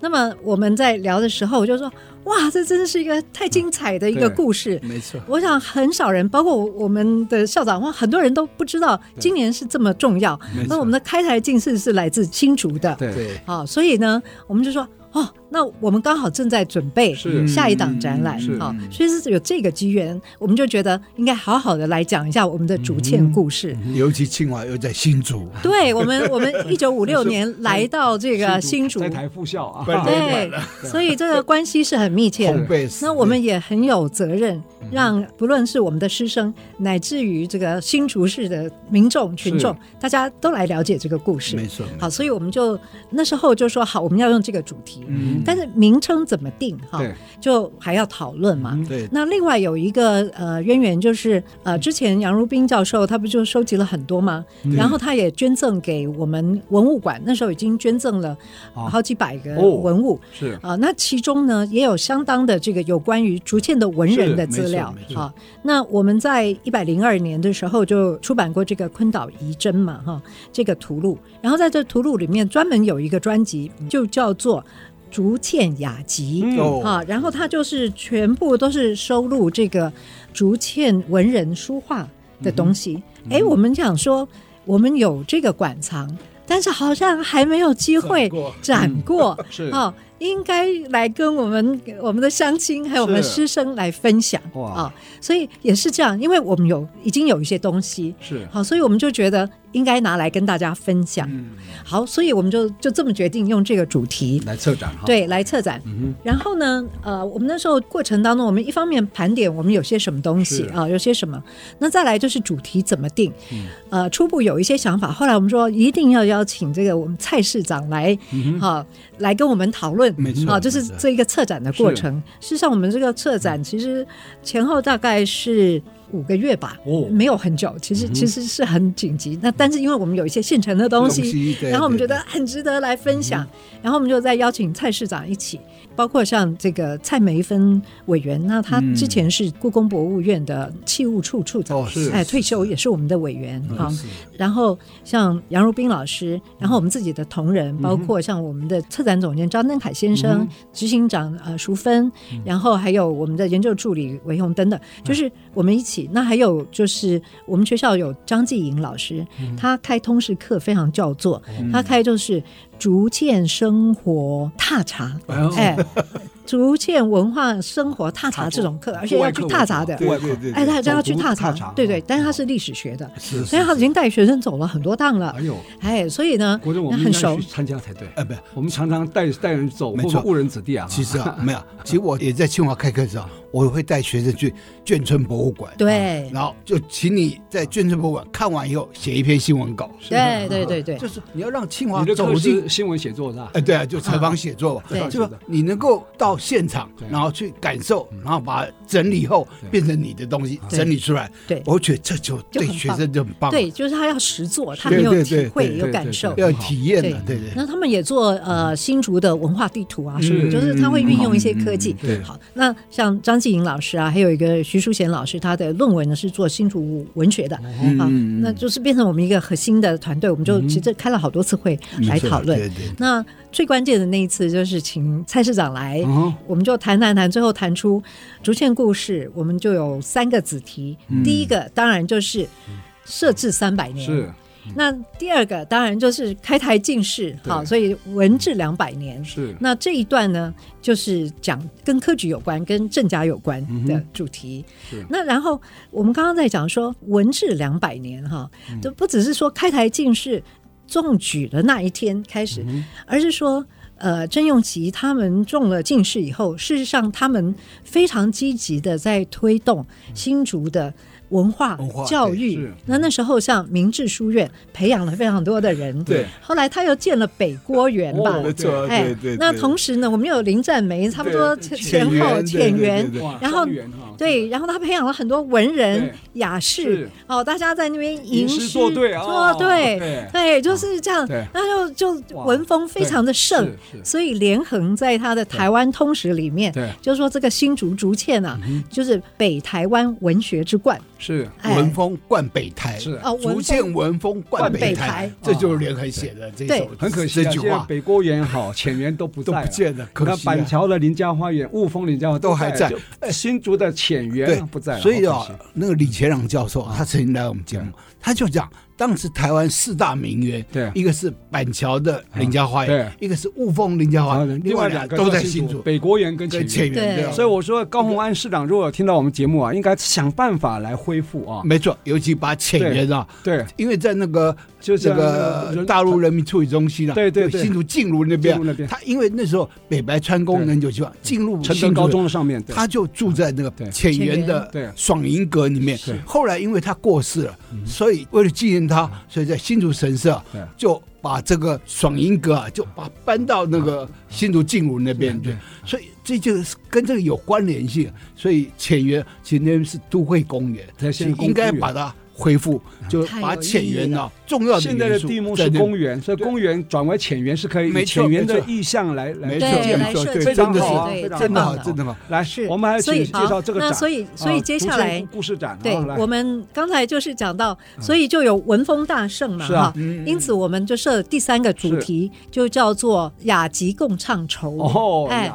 Speaker 3: 那么我们在聊的时候，我就说哇，这真是一个太精彩的一个
Speaker 1: 对
Speaker 3: 故事。
Speaker 2: 没错，
Speaker 3: 我想很少人，包括我我们的校长或很多人都不知道今年是这么重要。那我们的开台进士是来自新竹的，
Speaker 1: 对
Speaker 2: 对，
Speaker 3: 好、所以呢，我们就说哦，那我们刚好正在准备
Speaker 1: 是
Speaker 3: 下一档展览
Speaker 1: 嗯是
Speaker 3: 好，所以是有这个机缘，我们就觉得应该好好的来讲一下我们的竹
Speaker 1: 嗯
Speaker 3: 堑故事。
Speaker 2: 尤其清华又在新竹，
Speaker 3: 对我们，我们一九五六年来到这个新竹
Speaker 1: 在，台附校啊，
Speaker 2: 本来
Speaker 3: 对，所以这个关系是很密切
Speaker 2: 烘
Speaker 3: 的。
Speaker 2: 焙室
Speaker 3: 那我们也很有责任，
Speaker 2: 嗯
Speaker 3: 让不论是我们的师生，乃至于这个新竹市的民众群众，大家都来了解这个故事。
Speaker 2: 没错，没错
Speaker 3: 好，所以我们就那时候就说好，我们要用这个主题，
Speaker 2: 嗯
Speaker 3: 但是名称怎么定哈
Speaker 1: 对，
Speaker 3: 就还要讨论嘛。
Speaker 2: 对
Speaker 3: 那另外有一个呃渊源就是呃，
Speaker 2: 嗯
Speaker 3: 之前杨如冰教授他不就收集了很多吗？然后他也捐赠给我们文物馆，那时候已经捐赠了
Speaker 1: 啊
Speaker 3: 好几百个
Speaker 1: 哦
Speaker 3: 文物。
Speaker 1: 是
Speaker 3: 啊，那其中呢也有相当的这个有关于竹堑的文人的资料
Speaker 2: 是没错没错
Speaker 3: 啊。那我们在一百零二年的时候就出版过这个昆岛遗珍嘛哈、这个图录，然后在这图录里面专门有一个专辑，就叫做《竹堑雅集》。
Speaker 1: 嗯
Speaker 2: 哦
Speaker 3: 啊，然后它就是全部都是收录这个竹堑文人书画的东西。
Speaker 2: 嗯
Speaker 3: 哎、我们想说，我们有这个馆藏，但是好像还没有机会
Speaker 2: 展过嗯
Speaker 3: 展过，
Speaker 1: 是
Speaker 3: 哦，应该来跟我们我们的乡亲还有我们
Speaker 1: 是
Speaker 3: 师生来分享
Speaker 1: 哇
Speaker 3: 啊、所以也是这样，因为我们有已经有一些东西，
Speaker 1: 是
Speaker 3: 好，所以我们就觉得应该拿来跟大家分享。
Speaker 2: 嗯
Speaker 3: 好，所以我们就就这么决定用这个主题。
Speaker 1: 来策展哈，，
Speaker 3: 对，来策展。
Speaker 2: 嗯
Speaker 3: 然后呢，呃，我们那时候过程当中，我们一方面盘点我们有些什么东西
Speaker 1: 是
Speaker 3: 啊、有些什么，那再来就是主题怎么定。
Speaker 2: 嗯
Speaker 3: 呃，初步有一些想法，后来我们说一定要邀请这个我们蔡市长来，哈、来跟我们讨论，
Speaker 2: 嗯没错
Speaker 3: 啊、就是
Speaker 2: 没错嗯
Speaker 3: 这一个策展的过程。事实上，我们这个策展其实前后大概是。五个月吧，
Speaker 1: 哦
Speaker 3: 没有很久，其实
Speaker 2: 嗯
Speaker 3: 其实是很紧急。那但是因为我们有一些现成的东西，
Speaker 2: 东西对
Speaker 3: 然后我们觉
Speaker 2: 对嗯
Speaker 3: 得很值得来分享，然后我们就再邀请蔡市长一起，包括像这个蔡梅芬委员，那他之前是故宫博物院的器物处处长，
Speaker 2: 嗯哦是是
Speaker 3: 哎，
Speaker 2: 嗯
Speaker 3: 退休也是我们的委员哈、然后像杨如冰老师，然后我们自己的同仁，包括像我们的策展总监张登凯先生、执行长呃淑芬，然后还有我们的研究助理韦宏等等，就是我们一起。那还有就是我们学校有张继颖老师，他开通识课非常叫座，他开就是逐渐生活踏查，哎，逐渐文化生活踏查这种课，而且要去踏查的。
Speaker 1: 啊
Speaker 2: 对对对，
Speaker 3: 哎，
Speaker 2: 对
Speaker 3: 大家要去
Speaker 1: 走读
Speaker 3: 踏
Speaker 1: 踏
Speaker 3: 查，
Speaker 1: 查哦
Speaker 3: 对对，但是他是历史学的，所以他已经带学生走了很多趟了
Speaker 1: 哎。呦，
Speaker 3: 哎，所以呢，
Speaker 1: 国政我们应
Speaker 3: 很
Speaker 1: 该
Speaker 3: 熟
Speaker 1: 去。参加才对，呃
Speaker 2: 哎不。
Speaker 1: 我们常常带带人走，
Speaker 2: 没
Speaker 1: 或者
Speaker 2: 错
Speaker 1: 误人子弟啊，
Speaker 2: 其实啊，没有，其实我也在清华开课的时候，我会带学生去眷村博物馆，
Speaker 1: 啊
Speaker 3: 对
Speaker 2: 然后就请你在眷村博物馆看完以后写一篇新闻稿，
Speaker 3: 对对对对
Speaker 1: 啊
Speaker 2: 就，是你要让清华
Speaker 1: 你的
Speaker 2: 走
Speaker 1: 课
Speaker 2: 进，呃啊
Speaker 1: 是新闻写作是吧？
Speaker 2: 哎，对啊，就采访写作吧
Speaker 3: 对，
Speaker 2: 就是你能够到现场
Speaker 1: 对，嗯
Speaker 2: 然后去感受，然后把它整理后
Speaker 1: 对
Speaker 2: 变成你的东西，
Speaker 3: 对
Speaker 2: 整理出来。
Speaker 3: 对
Speaker 2: 我觉得这就
Speaker 3: 就
Speaker 2: 对
Speaker 3: 很
Speaker 2: 学
Speaker 3: 棒
Speaker 2: 生就很棒，
Speaker 3: 对，，就是他要实做，他
Speaker 2: 对
Speaker 3: 没有
Speaker 2: 对
Speaker 3: 体
Speaker 2: 对
Speaker 3: 会
Speaker 2: 对
Speaker 3: 有
Speaker 1: 对
Speaker 3: 感
Speaker 1: 对
Speaker 3: 受。
Speaker 2: 要有体验
Speaker 3: 对
Speaker 2: 的，对对。
Speaker 3: 那他们也做呃新竹的文化地图啊什么，
Speaker 1: 嗯
Speaker 3: 就是他会运用一些科技。
Speaker 1: 嗯嗯对
Speaker 3: 好，那像张继颖老师啊，还有一个徐淑贤老师，他的论文呢是做新竹文学的。
Speaker 1: 哦嗯
Speaker 3: 好，那就是变成我们一个核心的团队，我们就其实开了好多次会来讨论。
Speaker 2: 没错对对
Speaker 3: 那最关键的那一次就是请蔡市长来，
Speaker 1: 嗯哼
Speaker 3: 我们就谈谈谈，最后谈出竹堑故事，我们就有三个子题。
Speaker 1: 嗯
Speaker 3: 第一个当然就是设置三百年，
Speaker 1: 是
Speaker 3: 那第二个当然就是开台进士，
Speaker 1: 对
Speaker 3: 好，所以文治两百年。
Speaker 1: 是
Speaker 3: 那这一段呢，就是讲跟科举有关、跟政家有关的主题。
Speaker 1: 嗯是
Speaker 3: 那然后我们刚刚在讲说文治两百年哈，
Speaker 1: 嗯
Speaker 3: 就不只是说开台进士中举的那一天开
Speaker 1: 嗯
Speaker 3: 始，而是说。呃，郑用琪他们中了进士以后，事实上他们非常积极的在推动
Speaker 1: 嗯
Speaker 3: 新竹的文化
Speaker 2: 文化
Speaker 3: 教
Speaker 2: 对
Speaker 3: 育
Speaker 1: 是。
Speaker 3: 那那时候像明治书院培养了非常多的人，
Speaker 1: 对。
Speaker 3: 后来他又建了北郭园吧，
Speaker 1: 哦
Speaker 2: 没错，
Speaker 3: 哎，
Speaker 2: 对对。
Speaker 3: 那
Speaker 2: 对
Speaker 3: 同时呢，我们有林占梅，差不多
Speaker 1: 对
Speaker 3: 前
Speaker 2: 前
Speaker 3: 前后
Speaker 2: 缘对
Speaker 3: 前
Speaker 2: 对
Speaker 3: 缘
Speaker 2: 对。对
Speaker 1: 哇
Speaker 3: 然后
Speaker 1: 庄园哈
Speaker 3: 对，然后他培养了很多文人
Speaker 1: 对、
Speaker 3: 雅士
Speaker 1: 是
Speaker 3: 哦，大家在那边吟
Speaker 1: 吟诗作对啊
Speaker 3: 作对
Speaker 1: 对，
Speaker 3: 对，就是这样
Speaker 1: 对，
Speaker 3: 那就就
Speaker 1: 哇
Speaker 3: 文风非常的盛，
Speaker 1: 是是
Speaker 3: 所以连横在他的《台湾通史》里面
Speaker 1: 对，嗯
Speaker 3: 就说这个新竹竹堑啊，就是北台湾文学之冠，
Speaker 1: 是
Speaker 3: 哎
Speaker 2: 文风冠北台，
Speaker 1: 是哦
Speaker 3: 哦文
Speaker 2: 竹
Speaker 3: 风
Speaker 2: 堑文风冠
Speaker 3: 冠北
Speaker 2: 北
Speaker 3: 台
Speaker 2: 台，这就是联合写的这
Speaker 3: 对
Speaker 2: 首，
Speaker 1: 很可惜啊，
Speaker 2: 这句
Speaker 1: 现在
Speaker 2: 话
Speaker 1: 北郭园 好，浅园都不
Speaker 2: 都
Speaker 1: 在
Speaker 2: 不
Speaker 1: 了
Speaker 2: 见了，可
Speaker 1: 那
Speaker 2: 惜
Speaker 1: 板
Speaker 2: 啊。
Speaker 1: 桥的林家花园、雾峰林家花园
Speaker 2: 都还
Speaker 1: 在，
Speaker 2: 在
Speaker 1: 就新竹的浅
Speaker 2: 对
Speaker 1: 园不在了，
Speaker 2: 所以
Speaker 1: 好
Speaker 2: 啊
Speaker 1: 可惜，嗯
Speaker 2: 那个李乾朗教授他曾经来我们节目，他就讲，当时台湾四大名园，
Speaker 1: 对
Speaker 2: 一个是板桥的林家花园
Speaker 1: 啊，
Speaker 2: 一个是雾峰林家花
Speaker 1: 啊
Speaker 2: 园，
Speaker 1: 另
Speaker 2: 外
Speaker 1: 外
Speaker 2: 两
Speaker 1: 两
Speaker 2: 个
Speaker 1: 个
Speaker 2: 都在
Speaker 1: 新
Speaker 2: 新竹，
Speaker 1: 北郭园跟浅
Speaker 2: 跟前
Speaker 1: 园。
Speaker 2: 园
Speaker 3: 对
Speaker 2: 对吧
Speaker 1: 所以我说，高鸿安市长如果有听到我们节目啊，应该想办法来恢复啊。
Speaker 2: 没错，尤其把嗯浅园啊，
Speaker 1: 对，
Speaker 2: 因为在那个
Speaker 1: 就
Speaker 2: 这
Speaker 1: 像那
Speaker 2: 个
Speaker 1: 人
Speaker 2: 大陆人民处理中心啊，
Speaker 1: 对对对
Speaker 2: 新竹静茹那边
Speaker 1: 静茹那边
Speaker 2: 他因为那时候北白川宫
Speaker 1: 对
Speaker 2: 能久地方进入
Speaker 1: 承
Speaker 2: 新
Speaker 1: 德
Speaker 2: 竹
Speaker 1: 高中的上面，对
Speaker 2: 他就住在那
Speaker 1: 对
Speaker 2: 个浅园
Speaker 1: 对
Speaker 2: 的爽银阁里面
Speaker 1: 是。嗯
Speaker 2: 后来因为他过世了，所以为了纪念他，所以在新竹神社
Speaker 1: 对
Speaker 2: 就把这个爽银阁啊，就把搬到那个新竹静庐那边去
Speaker 1: 嗯对。
Speaker 2: 所以这就是跟这个有关联性。所以浅园其实那边是都会公园，
Speaker 1: 对现在公
Speaker 2: 应该
Speaker 1: 公园嗯
Speaker 2: 把它恢复，就
Speaker 3: 太有
Speaker 2: 把浅园
Speaker 3: 意义
Speaker 2: 啊重要的
Speaker 1: 现在的
Speaker 2: 元素
Speaker 1: 地目
Speaker 2: 在
Speaker 1: 是
Speaker 2: 那
Speaker 1: 公园，所以公园转为浅园是可以
Speaker 2: 没
Speaker 1: 以
Speaker 2: 错
Speaker 1: 浅园的
Speaker 2: 没错
Speaker 1: 意向来来
Speaker 2: 没错
Speaker 3: 对，
Speaker 2: 没
Speaker 3: 来
Speaker 2: 错
Speaker 3: 设
Speaker 2: 对
Speaker 3: 计
Speaker 2: 非常好啊
Speaker 3: 对
Speaker 1: 非常
Speaker 2: 真的好，
Speaker 1: 的
Speaker 2: 真的好。
Speaker 1: 来
Speaker 3: 是，
Speaker 1: 我们还
Speaker 3: 所以
Speaker 1: 请介绍
Speaker 3: 好
Speaker 1: 这个
Speaker 3: 那
Speaker 1: 展。
Speaker 3: 所以所以
Speaker 1: 啊
Speaker 3: 接下
Speaker 1: 竹堑
Speaker 3: 来
Speaker 1: 故事展啊，
Speaker 3: 对
Speaker 1: 来，嗯
Speaker 3: 我们刚才就是讲到，所以就有文风大盛嘛，
Speaker 1: 是啊
Speaker 3: 哈、因此我们就设第三个主题，就叫做雅集共唱酬。
Speaker 1: 哦
Speaker 3: 哎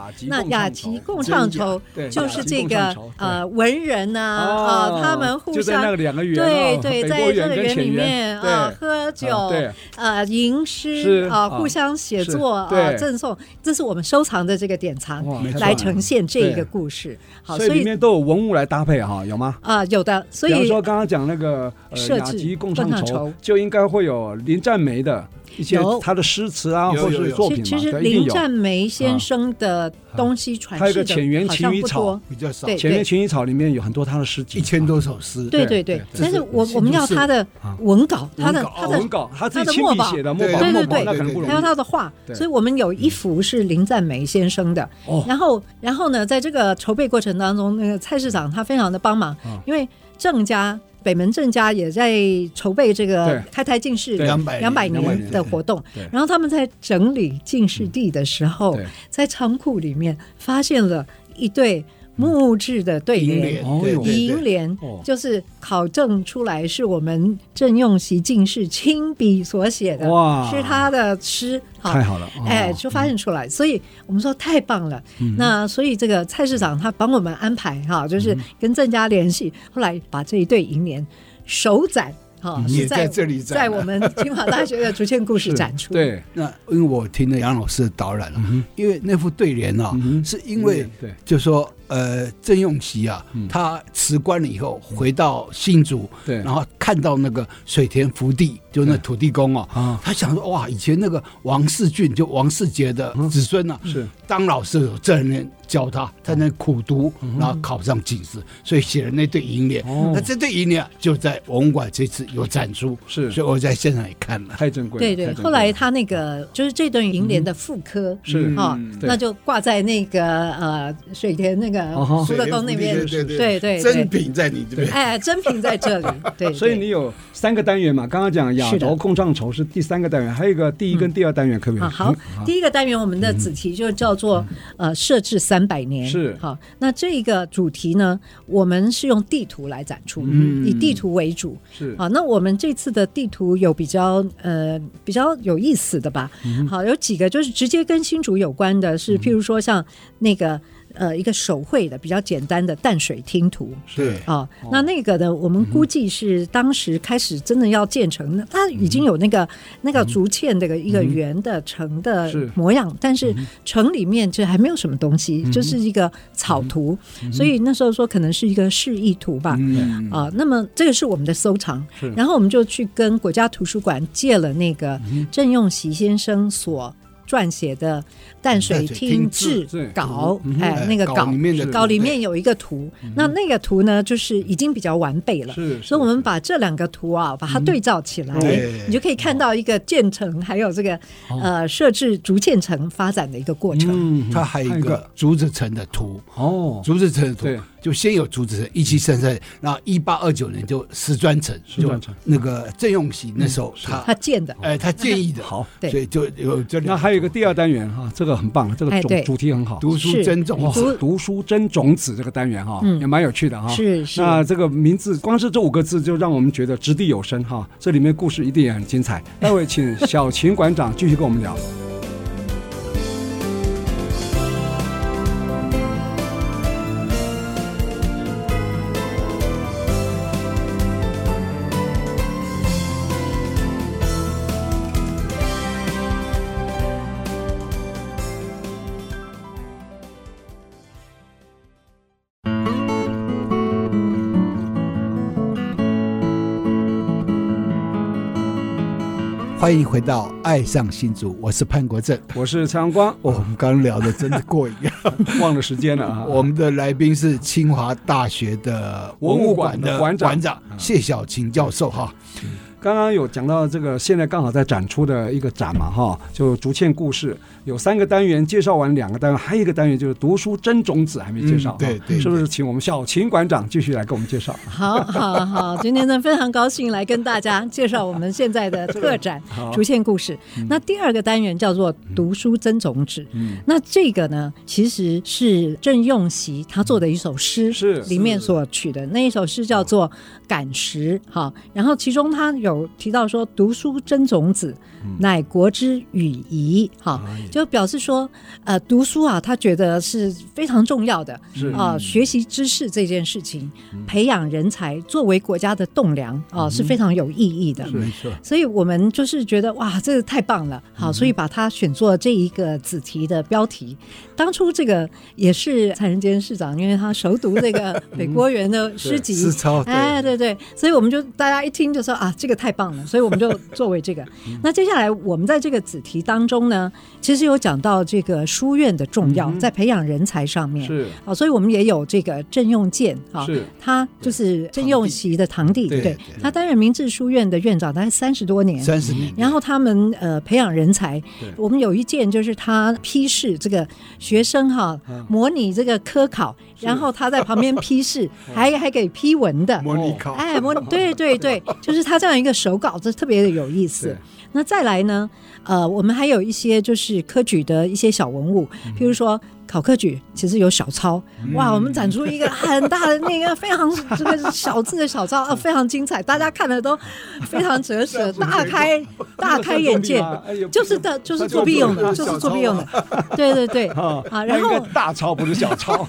Speaker 1: 雅集，共
Speaker 3: 那
Speaker 1: 唱酬
Speaker 3: 雅集共唱酬
Speaker 1: 真雅对
Speaker 3: 就是
Speaker 1: 雅集
Speaker 3: 这
Speaker 1: 共
Speaker 3: 个
Speaker 1: 唱酬对
Speaker 3: 呃文人呐啊、
Speaker 1: 哦
Speaker 3: 呃他们互
Speaker 1: 就在那
Speaker 3: 相
Speaker 1: 个。两个园
Speaker 3: 对
Speaker 1: 啊，
Speaker 3: 对，
Speaker 1: 北
Speaker 3: 在
Speaker 1: 郭
Speaker 3: 这个
Speaker 1: 跟
Speaker 3: 园
Speaker 1: 浅
Speaker 3: 里面
Speaker 1: 对
Speaker 3: 啊，喝酒
Speaker 1: 啊对，
Speaker 3: 呃，吟诗
Speaker 1: 是
Speaker 3: 啊，
Speaker 1: 啊
Speaker 3: 互相写作
Speaker 1: 是
Speaker 3: 啊，
Speaker 1: 对
Speaker 3: 赠送，这是我们收藏的这个典藏
Speaker 1: 哇，
Speaker 3: 来
Speaker 1: 太棒了
Speaker 3: 呈现这
Speaker 1: 对
Speaker 3: 个故事。好，
Speaker 1: 所以里面都有文物来搭配哈，有吗？
Speaker 3: 啊、有的，所
Speaker 1: 比方
Speaker 3: 以
Speaker 1: 说刚刚讲那个呃
Speaker 3: 设
Speaker 1: 雅
Speaker 3: 置
Speaker 1: 集共
Speaker 3: 共
Speaker 1: 唱
Speaker 3: 唱
Speaker 1: 酬
Speaker 3: 酬，
Speaker 1: 就应该会有林占梅的一些
Speaker 3: 有
Speaker 1: 他的诗词啊，
Speaker 2: 有
Speaker 1: 或
Speaker 2: 有
Speaker 1: 者是
Speaker 2: 有
Speaker 1: 作
Speaker 3: 其
Speaker 1: 品
Speaker 3: 其
Speaker 1: 嘛，
Speaker 3: 实
Speaker 1: 对一定
Speaker 3: 林
Speaker 1: 有。啊
Speaker 3: 占梅先生的东西传
Speaker 1: 还有一
Speaker 3: 世
Speaker 1: 个
Speaker 3: 的
Speaker 1: 浅园
Speaker 3: 好
Speaker 1: 晴
Speaker 3: 像
Speaker 1: 雨
Speaker 3: 不
Speaker 1: 草
Speaker 3: 多，
Speaker 2: 比较少
Speaker 3: 对，
Speaker 1: 前面《群鱼草》里面有很多他的诗集，
Speaker 2: 一千多首诗，
Speaker 3: 对对
Speaker 1: 对
Speaker 3: 对
Speaker 1: 对，
Speaker 3: 但是
Speaker 2: 这是
Speaker 3: 我
Speaker 2: 新
Speaker 3: 我们
Speaker 2: 竹
Speaker 3: 要
Speaker 2: 市
Speaker 3: 他的
Speaker 1: 啊
Speaker 3: 文稿，他的
Speaker 2: 文稿
Speaker 3: 他
Speaker 1: 哦
Speaker 3: 的
Speaker 1: 文稿，他自
Speaker 3: 他的
Speaker 1: 己亲
Speaker 3: 墨
Speaker 1: 笔
Speaker 3: 宝
Speaker 1: 写的墨
Speaker 2: 对
Speaker 1: 宝，
Speaker 2: 对
Speaker 1: 墨
Speaker 3: 对
Speaker 1: 宝那可能不容易。
Speaker 3: 还有他的画，
Speaker 1: 对
Speaker 3: 所以我们有一幅是林占梅先生的。
Speaker 1: 哦
Speaker 3: 然后，然后呢，在这个筹备过程当中，那个蔡市长他非常的帮忙，
Speaker 1: 啊
Speaker 3: 因为郑家。北门郑家也在筹备这个
Speaker 1: 对
Speaker 3: 开台进士
Speaker 1: 对
Speaker 2: 200
Speaker 3: 两百
Speaker 2: 年200
Speaker 3: 年
Speaker 2: 年
Speaker 3: 的活动
Speaker 1: 对对，
Speaker 3: 然后他们在整理进士地的时候
Speaker 1: 嗯对，
Speaker 3: 在仓库里面发现了一对木质的对
Speaker 2: 银
Speaker 3: 联，
Speaker 2: 联，
Speaker 1: 哦
Speaker 2: 对
Speaker 1: 哟
Speaker 2: 对对
Speaker 3: 银联
Speaker 1: 哦
Speaker 3: 就是考证出来是我们郑用习进士亲笔所写的，
Speaker 1: 哇
Speaker 3: 是他的诗，
Speaker 1: 太好了哦嗯
Speaker 3: 哎，就发现出来，所以我们说太棒了。那所以这个蔡市长他帮我们安排哈，
Speaker 1: 嗯
Speaker 3: 就是跟郑家联系，后来把这一对银联首展哈，
Speaker 1: 嗯
Speaker 2: 也
Speaker 3: 是
Speaker 2: 在这里展啊
Speaker 3: 在
Speaker 2: 了
Speaker 3: 我们清华大学的竹堑故事 展出，
Speaker 1: 对，
Speaker 2: 那
Speaker 1: 嗯
Speaker 2: 啊因为我听了杨老师的导览了、因为那副对联啊，是因为
Speaker 1: 对嗯
Speaker 2: 就说呃郑用锡啊，他辞官了以后回到新竹，
Speaker 1: 对
Speaker 2: 然后看到那个水田福地，就那土地公哦，
Speaker 1: 啊
Speaker 2: 他想说哇，以前那个王世俊就王世杰的子孙啊，
Speaker 1: 嗯是
Speaker 2: 当老师有这人教他，他能苦读，然后考上进士，所以写了那对银联。
Speaker 1: 嗯哦
Speaker 2: 那这对银联啊就在文物馆这次有展出，
Speaker 1: 是
Speaker 2: 所以我在现场也看了。
Speaker 1: 太珍贵了。
Speaker 3: 对
Speaker 1: 太
Speaker 3: 对，
Speaker 1: 珍贵
Speaker 3: 后来
Speaker 1: 了
Speaker 3: 他那个就是这段银联的副科
Speaker 1: 是
Speaker 3: 哦，
Speaker 1: 对
Speaker 3: 那就挂在那个呃水田那个
Speaker 1: 哦吼
Speaker 3: 福乐宫那边，
Speaker 2: 对对
Speaker 3: 对对
Speaker 2: 真品在你这边。
Speaker 3: 哎，真品在这里，对，
Speaker 1: 所以
Speaker 3: 对
Speaker 1: 你有三个单元嘛？刚刚讲亚
Speaker 3: 是的
Speaker 1: 洲共唱酬是第三个单元，还有一个第一跟第二单元，可不可
Speaker 3: 啊，
Speaker 1: 以？
Speaker 3: 好
Speaker 1: 嗯，
Speaker 3: 第一个单元我们的子题就叫做、呃设置三百年，
Speaker 1: 是
Speaker 3: 好。那这个主题呢，我们是用地图来展出，以地图为主。
Speaker 1: 是
Speaker 3: 好，那我们这次的地图有比较呃比较有意思的吧？
Speaker 1: 嗯
Speaker 3: 好，有几个就是直接跟新竹有关的是，譬如说像那个呃一个手绘的比较简单的淡水厅图，
Speaker 2: 对，
Speaker 3: 哦，那那个呢，我们估计是当时开始真的要建成，那它已经有那
Speaker 1: 嗯
Speaker 3: 个那个竹堑的一个圆的城的
Speaker 1: 是嗯
Speaker 3: 模样，但是城里面就还没有什么东西，就是一个草图，所以那时候说可能是一个示意图吧。
Speaker 1: 嗯，
Speaker 3: 啊，那么这个是我们的收藏，然后我们就去跟国家图书馆借了那个郑用锡先生所撰写的《淡水厅志
Speaker 1: 淡水厅志
Speaker 3: 稿》，哎，那个
Speaker 2: 稿里面的
Speaker 3: 稿里面有一个图，那那个图呢，就是已经比较完备了。
Speaker 1: 是，
Speaker 3: 所以，我们把这两个图啊，把它对照起来，
Speaker 2: 对
Speaker 3: 你就可以看到一个建成，还有这个、呃设置竹建成发展的一个过程。
Speaker 1: 嗯
Speaker 2: 它还有一个竹子城的图，
Speaker 1: 哦，
Speaker 2: 竹子城的
Speaker 1: 对
Speaker 2: 图就先有竹子城，一七三三，然后一八二九年就石砖城，
Speaker 1: 石砖城
Speaker 2: 就那个郑用锡那时候他
Speaker 3: 他，建的，
Speaker 2: 哎，他建议的，
Speaker 1: 好，
Speaker 3: 对
Speaker 2: 所以就有这
Speaker 1: 那
Speaker 2: 两
Speaker 1: 还有一个第二单元哈，这个很棒，这个
Speaker 3: 哎对
Speaker 1: 主主题很好。
Speaker 2: 读书
Speaker 3: 是
Speaker 2: 珍重
Speaker 1: 哇
Speaker 2: 啊，
Speaker 3: 读
Speaker 1: 读书真种子这个单元哈，
Speaker 3: 嗯
Speaker 1: 也蛮有趣的哈。
Speaker 3: 是是
Speaker 1: 那这个名字，光是这五个字就让我们觉得掷地有声哈，这里面故事一定也很精彩。待会请小秦馆长继续跟我们聊。
Speaker 2: 欢迎回到《爱上新竹》，我是潘国正。哦
Speaker 1: 我是蔡阳光，
Speaker 2: 我们刚聊的真的过瘾，
Speaker 1: 忘了时间了啊。
Speaker 2: 我们的来宾是清华大学的文物馆的
Speaker 1: 文物馆的馆
Speaker 2: 馆
Speaker 1: 长
Speaker 2: 长谢小琴教授哈。
Speaker 1: 刚刚有讲到这个，现在刚好在展出的一个展嘛，哈，就竹堑故事有三个单元，介绍完两个单元，还有一个单元就是读书真种子还没介绍，
Speaker 2: 嗯对
Speaker 1: 哈
Speaker 2: 对
Speaker 1: 是不是？请我们小秦馆长继续来给我们介绍。
Speaker 3: 好好好，今天呢非常高兴来跟大家介绍我们现在的特展
Speaker 1: 好
Speaker 3: 《竹堑故事》。
Speaker 1: 嗯
Speaker 3: 那第二个单元叫做“读书增种子”，那这个呢其实是郑用锡他做的一首诗，
Speaker 1: 嗯是啊
Speaker 3: 里面所取的那一首诗叫做《感时》哈。然后其中他有提到说“读书增种子，
Speaker 1: 嗯
Speaker 3: 乃国之与仪”哈，
Speaker 1: 啊
Speaker 3: 就表示说呃读书啊，他觉得是非常重要的，
Speaker 1: 是嗯
Speaker 3: 啊、学习知识这件事情，培养人才作为国家的栋梁
Speaker 1: 嗯
Speaker 3: 啊、是非常有意义的。
Speaker 2: 没错，
Speaker 3: 所以我们就是觉得哇，这个太棒了，
Speaker 2: 嗯
Speaker 3: 好，所以把它选作这一个子题的标题。当初这个也是蔡仁坚市长，因为他熟读 这个 北郭园的诗集，
Speaker 2: 思超嗯对
Speaker 3: 哎，对对，所以我们就大家一听就说啊，这个太棒了，所以我们就作为这个。
Speaker 2: 嗯
Speaker 3: 那接下来我们在这个子题当中呢，其实有讲到这个书院的重
Speaker 2: 嗯
Speaker 3: 要，在培养人才上面。
Speaker 1: 是
Speaker 3: 啊，所以我们也有这个郑用健啊，
Speaker 1: 是
Speaker 3: 他就是郑用锡的堂弟，
Speaker 2: 对
Speaker 3: 对
Speaker 2: 对，
Speaker 3: 他担任明治书院的院长，大概三十多年。
Speaker 2: 三十年，
Speaker 3: 然后他们呃培养人才
Speaker 1: 对，
Speaker 3: 我们有一件就是他批示这个学生哈、模拟这个科考，然后他在旁边批示，还还给批文的，
Speaker 2: 模拟考，
Speaker 3: 哎，模对对对，就是他这样一个手稿，这特别的有意思
Speaker 1: 对。
Speaker 3: 那再来呢，呃，我们还有一些就是科举的一些小文物，譬如说。考科举其实有小抄，哇！我们展出一个很大的那个非常这个小字的小抄啊，非常精彩，大家看了都非常折舌，大开大开眼界
Speaker 1: 那算作弊吗哎呦，
Speaker 3: 就是的，就是作弊用的，
Speaker 1: 那
Speaker 3: 就是作弊用的，对对对
Speaker 1: 啊
Speaker 3: 啊！然
Speaker 1: 那
Speaker 3: 后
Speaker 1: 应该大抄不是小 抄，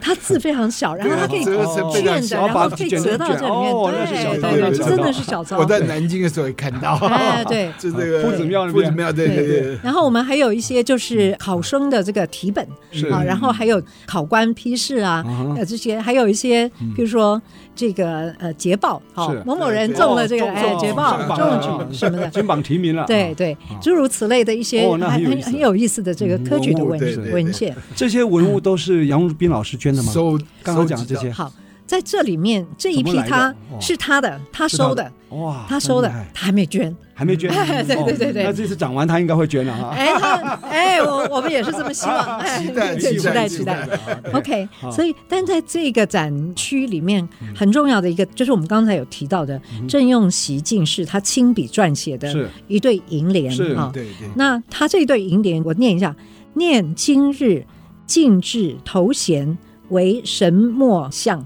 Speaker 3: 它字非常小，然后它 可以
Speaker 2: 折舌被它
Speaker 3: 卷的，
Speaker 2: 小
Speaker 3: 然
Speaker 1: 啊把
Speaker 3: 后
Speaker 1: 它
Speaker 3: 可以
Speaker 1: 卷
Speaker 3: 折到这
Speaker 1: 卷
Speaker 3: 里
Speaker 1: 哦那
Speaker 3: 面，
Speaker 1: 是
Speaker 2: 小
Speaker 3: 对
Speaker 2: 抄
Speaker 3: 对
Speaker 2: 有
Speaker 3: 对，这
Speaker 2: 小
Speaker 3: 真
Speaker 2: 抄
Speaker 3: 的是小抄
Speaker 2: 我。在南京的时候也看到，。
Speaker 3: 哎， 对
Speaker 2: 是这个
Speaker 1: 啊夫子庙那边
Speaker 2: 夫子庙对对对。
Speaker 3: 然后我们还有一些就是考生的这个题本，
Speaker 1: 是
Speaker 3: 啊，然后还有考官批示啊，
Speaker 1: 啊
Speaker 3: 呃这些，还有一些，比如说这个呃捷报，好
Speaker 1: 嗯是，
Speaker 3: 某某人中了这个
Speaker 1: 哦
Speaker 3: 哎捷报
Speaker 1: 金榜
Speaker 3: 中
Speaker 1: 啊
Speaker 3: 举什么 的，
Speaker 1: 金榜题名了。
Speaker 3: 对
Speaker 1: 啊，
Speaker 3: 对，诸如此类的一些
Speaker 1: 哦那很有
Speaker 3: 很
Speaker 1: 意
Speaker 3: 很
Speaker 1: 思嗯
Speaker 3: 很有意思的这个科举的
Speaker 2: 文物
Speaker 3: 文
Speaker 2: 对对对
Speaker 3: 文献。
Speaker 1: 这些文物都是杨如斌老师捐的吗？
Speaker 2: 收
Speaker 1: 刚刚讲这些，
Speaker 3: 好，在这里面这一
Speaker 1: 怎么
Speaker 3: 批
Speaker 1: 来的
Speaker 3: 他
Speaker 1: 哦
Speaker 3: 是他的，他
Speaker 1: 是他
Speaker 3: 收
Speaker 1: 的
Speaker 3: 的，
Speaker 1: 哇，
Speaker 3: 他收
Speaker 1: 真厉
Speaker 3: 的
Speaker 1: 害，
Speaker 3: 他还没捐。
Speaker 1: 还没捐。
Speaker 3: 哎 对
Speaker 1: 哦
Speaker 3: 对对对
Speaker 1: 那这次涨完他应该会捐了哈。
Speaker 3: 哎，他哎，我我们也是这么 希望，哎，
Speaker 2: 期待
Speaker 3: 对
Speaker 2: 期
Speaker 3: 期
Speaker 2: 待
Speaker 3: 待
Speaker 2: 期
Speaker 3: 期
Speaker 2: 待
Speaker 3: 待。
Speaker 1: 啊对
Speaker 3: OK，
Speaker 1: 好
Speaker 3: 所以但在这个展区里面，很重要的一个就是我们刚才有提到的郑用席进士他亲笔撰写
Speaker 1: 是
Speaker 3: 的一对楹联
Speaker 1: 是
Speaker 3: 啊。
Speaker 2: 嗯对对，
Speaker 3: 那他这对楹联，我念一下：念今日进至头衔为神墨相，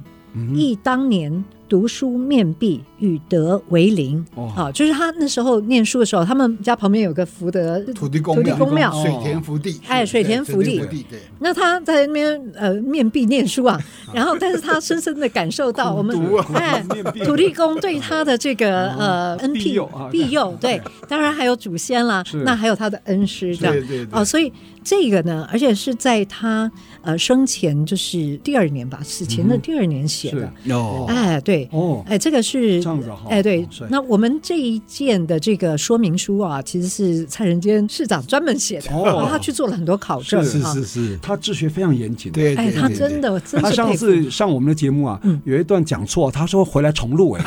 Speaker 3: 忆当年读书面壁，与德为邻。
Speaker 1: 哦
Speaker 3: 好、就是他那时候念书的时候，他们家旁边有个福德
Speaker 2: 土地公
Speaker 3: 土地公庙
Speaker 2: 水田福地，
Speaker 3: 哎水田福地
Speaker 2: 对对对，
Speaker 3: 那他在那边呃面壁念 书啊，然后但是他深深的感受到我们
Speaker 2: 苦读啊
Speaker 3: 哎土地公对他的这 个呃恩
Speaker 1: 哦庇佑啊
Speaker 3: 庇佑，对，当然还有祖先啦
Speaker 1: 是，
Speaker 3: 那还有他的恩师这样
Speaker 2: 对对对
Speaker 3: 哦，所以这个呢，而且是在他呃生前就是第二年吧，死前的第二年写的，
Speaker 2: 对哦
Speaker 3: 哎
Speaker 1: 嗯
Speaker 3: 对，
Speaker 1: 哦，
Speaker 3: 哎，这个是
Speaker 1: 这样子哈
Speaker 3: 哎，对
Speaker 1: 哦是，
Speaker 3: 那我们这一件的这个说明书啊，其实是蔡仁坚市长专门写的，
Speaker 1: 哦
Speaker 3: 然后他去做了很多考证
Speaker 1: 是
Speaker 3: 啊。
Speaker 2: 是，
Speaker 1: 他治学非常严谨。。啊
Speaker 2: 对，
Speaker 3: 哎，
Speaker 2: 对
Speaker 3: 他
Speaker 2: 对
Speaker 3: 真的，我真
Speaker 1: 他
Speaker 3: 是
Speaker 1: 上
Speaker 3: 佩服
Speaker 1: 次上我们的节目啊，
Speaker 3: 嗯
Speaker 1: 有一段讲错，他说回来重录 哎，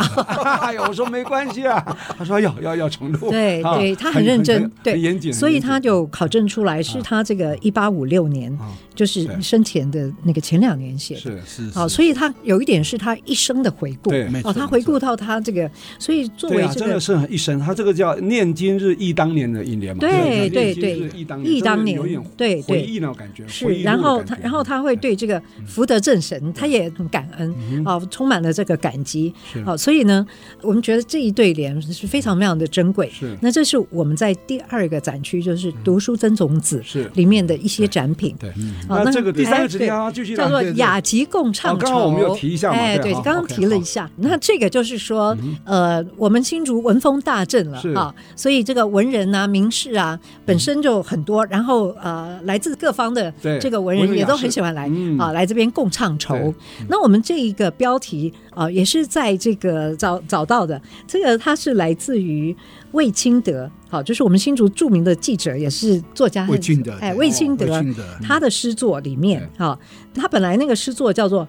Speaker 1: 哎呦，我说没关系啊，他说要要要重录，
Speaker 3: 对
Speaker 1: 啊
Speaker 3: 对，他很认真，对
Speaker 1: 很严谨，
Speaker 3: 所以他
Speaker 1: 很严谨
Speaker 3: 就考证出来是他这个一八五六年
Speaker 1: 啊，
Speaker 3: 就是
Speaker 1: 对
Speaker 3: 生前的那个前两年写的。
Speaker 1: 是
Speaker 2: 是
Speaker 3: 好，所以他有一点是他一生的回顾
Speaker 1: 对没，
Speaker 2: 错
Speaker 3: 哦，他回顾到他这个，所以作
Speaker 1: 对
Speaker 3: 为
Speaker 1: 啊，
Speaker 3: 这
Speaker 1: 真
Speaker 3: 个
Speaker 1: 的是很一生，他这个叫念今日忆当年的一年嘛，
Speaker 3: 对
Speaker 1: 对
Speaker 3: 对
Speaker 1: 念今日忆当年，
Speaker 3: 忆当
Speaker 1: 就是有
Speaker 3: 年
Speaker 1: 点，
Speaker 3: 对
Speaker 1: 回
Speaker 3: 对。
Speaker 1: 忆那种感觉，
Speaker 3: 是
Speaker 1: 回忆，录的
Speaker 3: 然后
Speaker 1: 感觉嗯
Speaker 3: 他，然后他会对这个福德正神，他也很感恩啊，充满了这个感激
Speaker 1: 是
Speaker 3: 啊，所以呢，我们觉得这一对联是非常非常的珍贵
Speaker 1: 是。嗯
Speaker 3: 那这是我们在第二个展区，就是读书曾种子
Speaker 1: 是
Speaker 3: 里面的一些展品。
Speaker 1: 对，哦
Speaker 3: 好
Speaker 1: 那
Speaker 3: 那
Speaker 1: 这个第三个
Speaker 3: 哎
Speaker 1: 指令啊，继续
Speaker 3: 叫
Speaker 1: 来
Speaker 3: 做
Speaker 1: 嗯对对
Speaker 3: 雅集共唱
Speaker 1: 哦
Speaker 3: 酬。
Speaker 1: 刚刚我们有提一下嘛
Speaker 3: 哎，
Speaker 1: 对
Speaker 3: 对，
Speaker 1: 好
Speaker 3: 刚刚
Speaker 1: OK，
Speaker 3: 提了一下。那这个就是说，呃，我们新竹文风大振了
Speaker 1: 是嗯
Speaker 3: 啊，所以这个文人啊、名士啊，本身就很多，然后呃，来自各方的
Speaker 1: 对
Speaker 3: 这个文
Speaker 1: 文
Speaker 3: 人
Speaker 1: 人
Speaker 3: 也
Speaker 1: 雅
Speaker 3: 都
Speaker 1: 士
Speaker 3: 很喜欢来
Speaker 1: 嗯
Speaker 3: 啊，来这边共唱酬
Speaker 1: 对。嗯
Speaker 3: 那我们这一个标题啊，也是在这个找找到的，这个它是来自于魏清德。好，就是我们新竹著名的记者，也是作家，
Speaker 2: 魏清德
Speaker 3: 哎，
Speaker 2: 对哦
Speaker 3: 魏清德，
Speaker 2: 魏清德嗯
Speaker 3: 他的诗作里面，哈、他本来那个诗作叫做《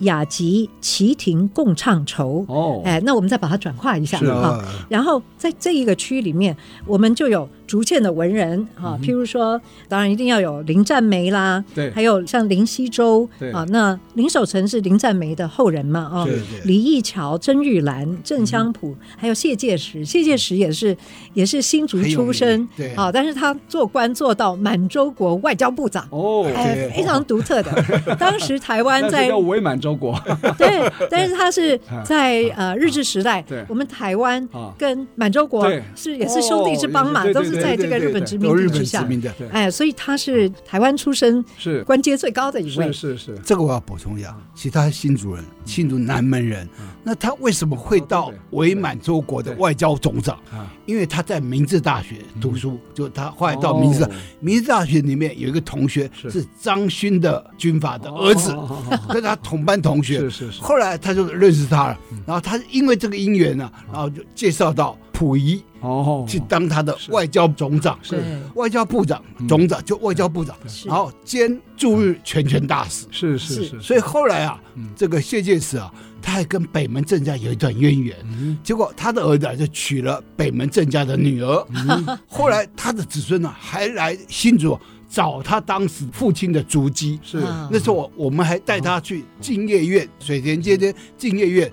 Speaker 3: 雅集齐亭共唱酬》，
Speaker 1: 哦，
Speaker 3: 哎，那我们再把它转化一下
Speaker 2: 是
Speaker 3: 哈、
Speaker 2: 啊
Speaker 3: 然后在这一个区里面，我们就有逐渐的文人
Speaker 2: 嗯
Speaker 3: 啊，譬如说，当然一定要有林占梅啦，
Speaker 1: 对
Speaker 3: 还有像林希周
Speaker 1: 对
Speaker 3: 啊，那林守成是林占梅的后人嘛，哦
Speaker 2: 对对，
Speaker 3: 李义桥、甄玉兰、郑香
Speaker 2: 嗯
Speaker 3: 普，还有谢介石，谢介石也是也是新竹
Speaker 2: 很有
Speaker 3: 出
Speaker 2: 名
Speaker 3: 身，
Speaker 2: 对
Speaker 3: 啊，但是他做官做到满洲国外交部长，
Speaker 1: 哦，
Speaker 3: 哎，非常独 特的。当时台湾
Speaker 1: 那
Speaker 3: 在
Speaker 1: 是叫伪满洲 国，
Speaker 3: 对，但是它是在呃日治时
Speaker 2: 啊
Speaker 3: 代
Speaker 1: 对，
Speaker 3: 我们台湾
Speaker 1: 啊
Speaker 3: 跟满洲国
Speaker 1: 对
Speaker 3: 是也是兄弟之邦
Speaker 1: 哦
Speaker 3: 嘛
Speaker 1: 也是，
Speaker 3: 都是在
Speaker 2: 对
Speaker 3: 这个
Speaker 2: 对
Speaker 3: 日本
Speaker 2: 对
Speaker 3: 殖民
Speaker 2: 都日
Speaker 3: 地
Speaker 2: 本殖
Speaker 3: 之下。
Speaker 2: 民的，
Speaker 1: 对
Speaker 3: 哎，所以他是台湾出身，
Speaker 1: 是
Speaker 3: 官阶最高的一位
Speaker 2: 嗯
Speaker 1: 是。是是，
Speaker 2: 这个我要补充一下，其他新竹
Speaker 1: 嗯
Speaker 2: 人、新竹南门人，那他为什么会到伪满洲国的外交总长
Speaker 1: 对对？
Speaker 2: 因为他在明治大学读书，就他后来到明治大
Speaker 1: 嗯哦，
Speaker 2: 明治大学里面有一个同学
Speaker 1: 是
Speaker 2: 是张勋的军阀的儿子
Speaker 1: 哦哦哦哦，
Speaker 2: 跟他同班同学
Speaker 1: 是。嗯是是，
Speaker 2: 后来他就认识他了，然后他因为这个姻缘呢，然后就介绍到溥仪
Speaker 1: 嗯哦，
Speaker 2: 去当他的外交总长，
Speaker 1: 是嗯
Speaker 2: 外交部长、总长就外交部长，
Speaker 3: 是
Speaker 2: 然后兼驻日全权大使。
Speaker 1: 是是是，
Speaker 2: 所以后来啊，
Speaker 1: 嗯
Speaker 2: 这个谢介石啊，他还跟北门郑家有一段渊源，
Speaker 1: 嗯
Speaker 2: 结果他的儿子啊就娶了北门郑家的女儿， 后来他的子孙呢、还来新竹找他当时父亲的足迹。
Speaker 1: 是
Speaker 3: 啊
Speaker 2: 那时候我我们还带他去敬业院，水田街的敬业院，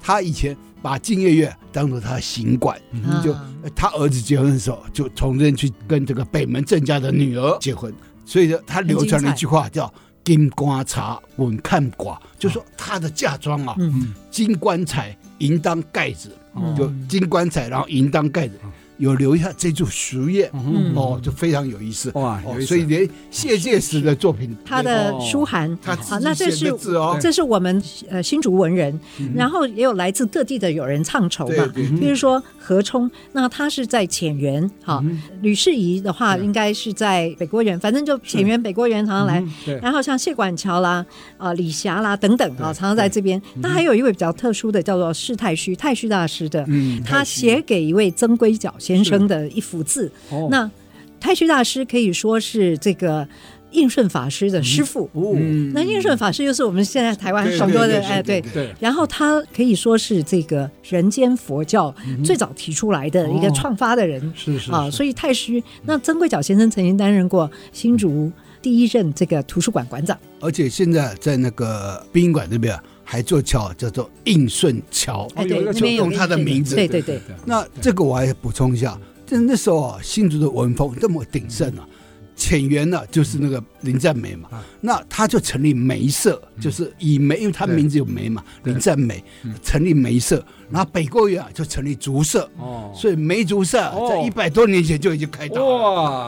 Speaker 2: 他以前把敬业院当做他的行馆，
Speaker 3: 啊
Speaker 2: 就呃他儿子结婚的时候，就从这去跟这个北门郑家的女儿结婚，所以呢，他流传了一句话叫“金瓜茶稳看寡”，就说他的嫁妆啊，
Speaker 3: 嗯
Speaker 2: 金棺材，银当盖子，
Speaker 1: 哦
Speaker 2: 就金棺材，然后银当盖子。有留下这株熟叶，
Speaker 3: 嗯
Speaker 2: 哦，就非常有意思。
Speaker 1: 哇有
Speaker 2: 哦
Speaker 1: 意思
Speaker 2: 所以连谢介石的作品，
Speaker 3: 他的书函，
Speaker 2: 哦他
Speaker 3: 好，
Speaker 2: 自
Speaker 3: 那
Speaker 2: 己
Speaker 3: 这
Speaker 2: 写
Speaker 3: 是
Speaker 2: 的字哦，嗯
Speaker 3: 这是我们呃新竹文人，然后也有来自各地的友人唱酬嘛，
Speaker 2: 对对
Speaker 3: 比如说何冲，那他是在浅园，哈，
Speaker 2: 嗯
Speaker 3: 吕世仪的话应该是在北郭园，反正就浅
Speaker 2: 嗯
Speaker 3: 园、北郭园常常来。
Speaker 1: 嗯对，
Speaker 3: 然后像谢管桥啦、啊李霞啦等等啊，常常在这边。那还有一位比较特殊的，叫做释太虚，太虚大师的，
Speaker 1: 嗯
Speaker 3: 他写给一位曾龟角先生的一幅字。
Speaker 1: 哦
Speaker 3: 那太虚大师可以说是这个应顺法师的师傅。
Speaker 1: 哦，
Speaker 2: 嗯
Speaker 3: 那应顺法师就是我们现在台湾
Speaker 2: 对
Speaker 3: 很多
Speaker 2: 对
Speaker 3: 的
Speaker 2: 对
Speaker 3: 哎
Speaker 2: 对
Speaker 3: 对
Speaker 2: 对。
Speaker 1: 对，
Speaker 3: 然后他可以说是这个人间佛教最早提出来的一个
Speaker 1: 哦
Speaker 3: 创发的人
Speaker 1: 是是
Speaker 3: 啊，
Speaker 1: 是
Speaker 3: 所以太虚。那曾贵角先生曾经担任过新竹第一任这个图书馆馆长。
Speaker 2: 而且现在在那个殡仪馆这边啊还做桥，叫做应顺桥。
Speaker 3: 哎，
Speaker 1: 哦
Speaker 3: 对，
Speaker 1: 有一个
Speaker 3: 那边有
Speaker 2: 用
Speaker 3: 个
Speaker 2: 他的
Speaker 3: 这个
Speaker 2: 名字
Speaker 3: 对对对，
Speaker 2: 那这个我还补充一下，就那时候啊，新竹的文风这么鼎盛啊，浅园呢、就是那个林占梅嘛，
Speaker 3: 嗯
Speaker 2: 那他就成立梅社，就是以梅，因为他名字有梅嘛，林占梅
Speaker 3: 嗯
Speaker 2: 成立梅社，然后北郭园啊就成立竹社，
Speaker 1: 哦，
Speaker 2: 所以梅竹社啊
Speaker 1: 哦
Speaker 2: 在一百多年前就已经开打了，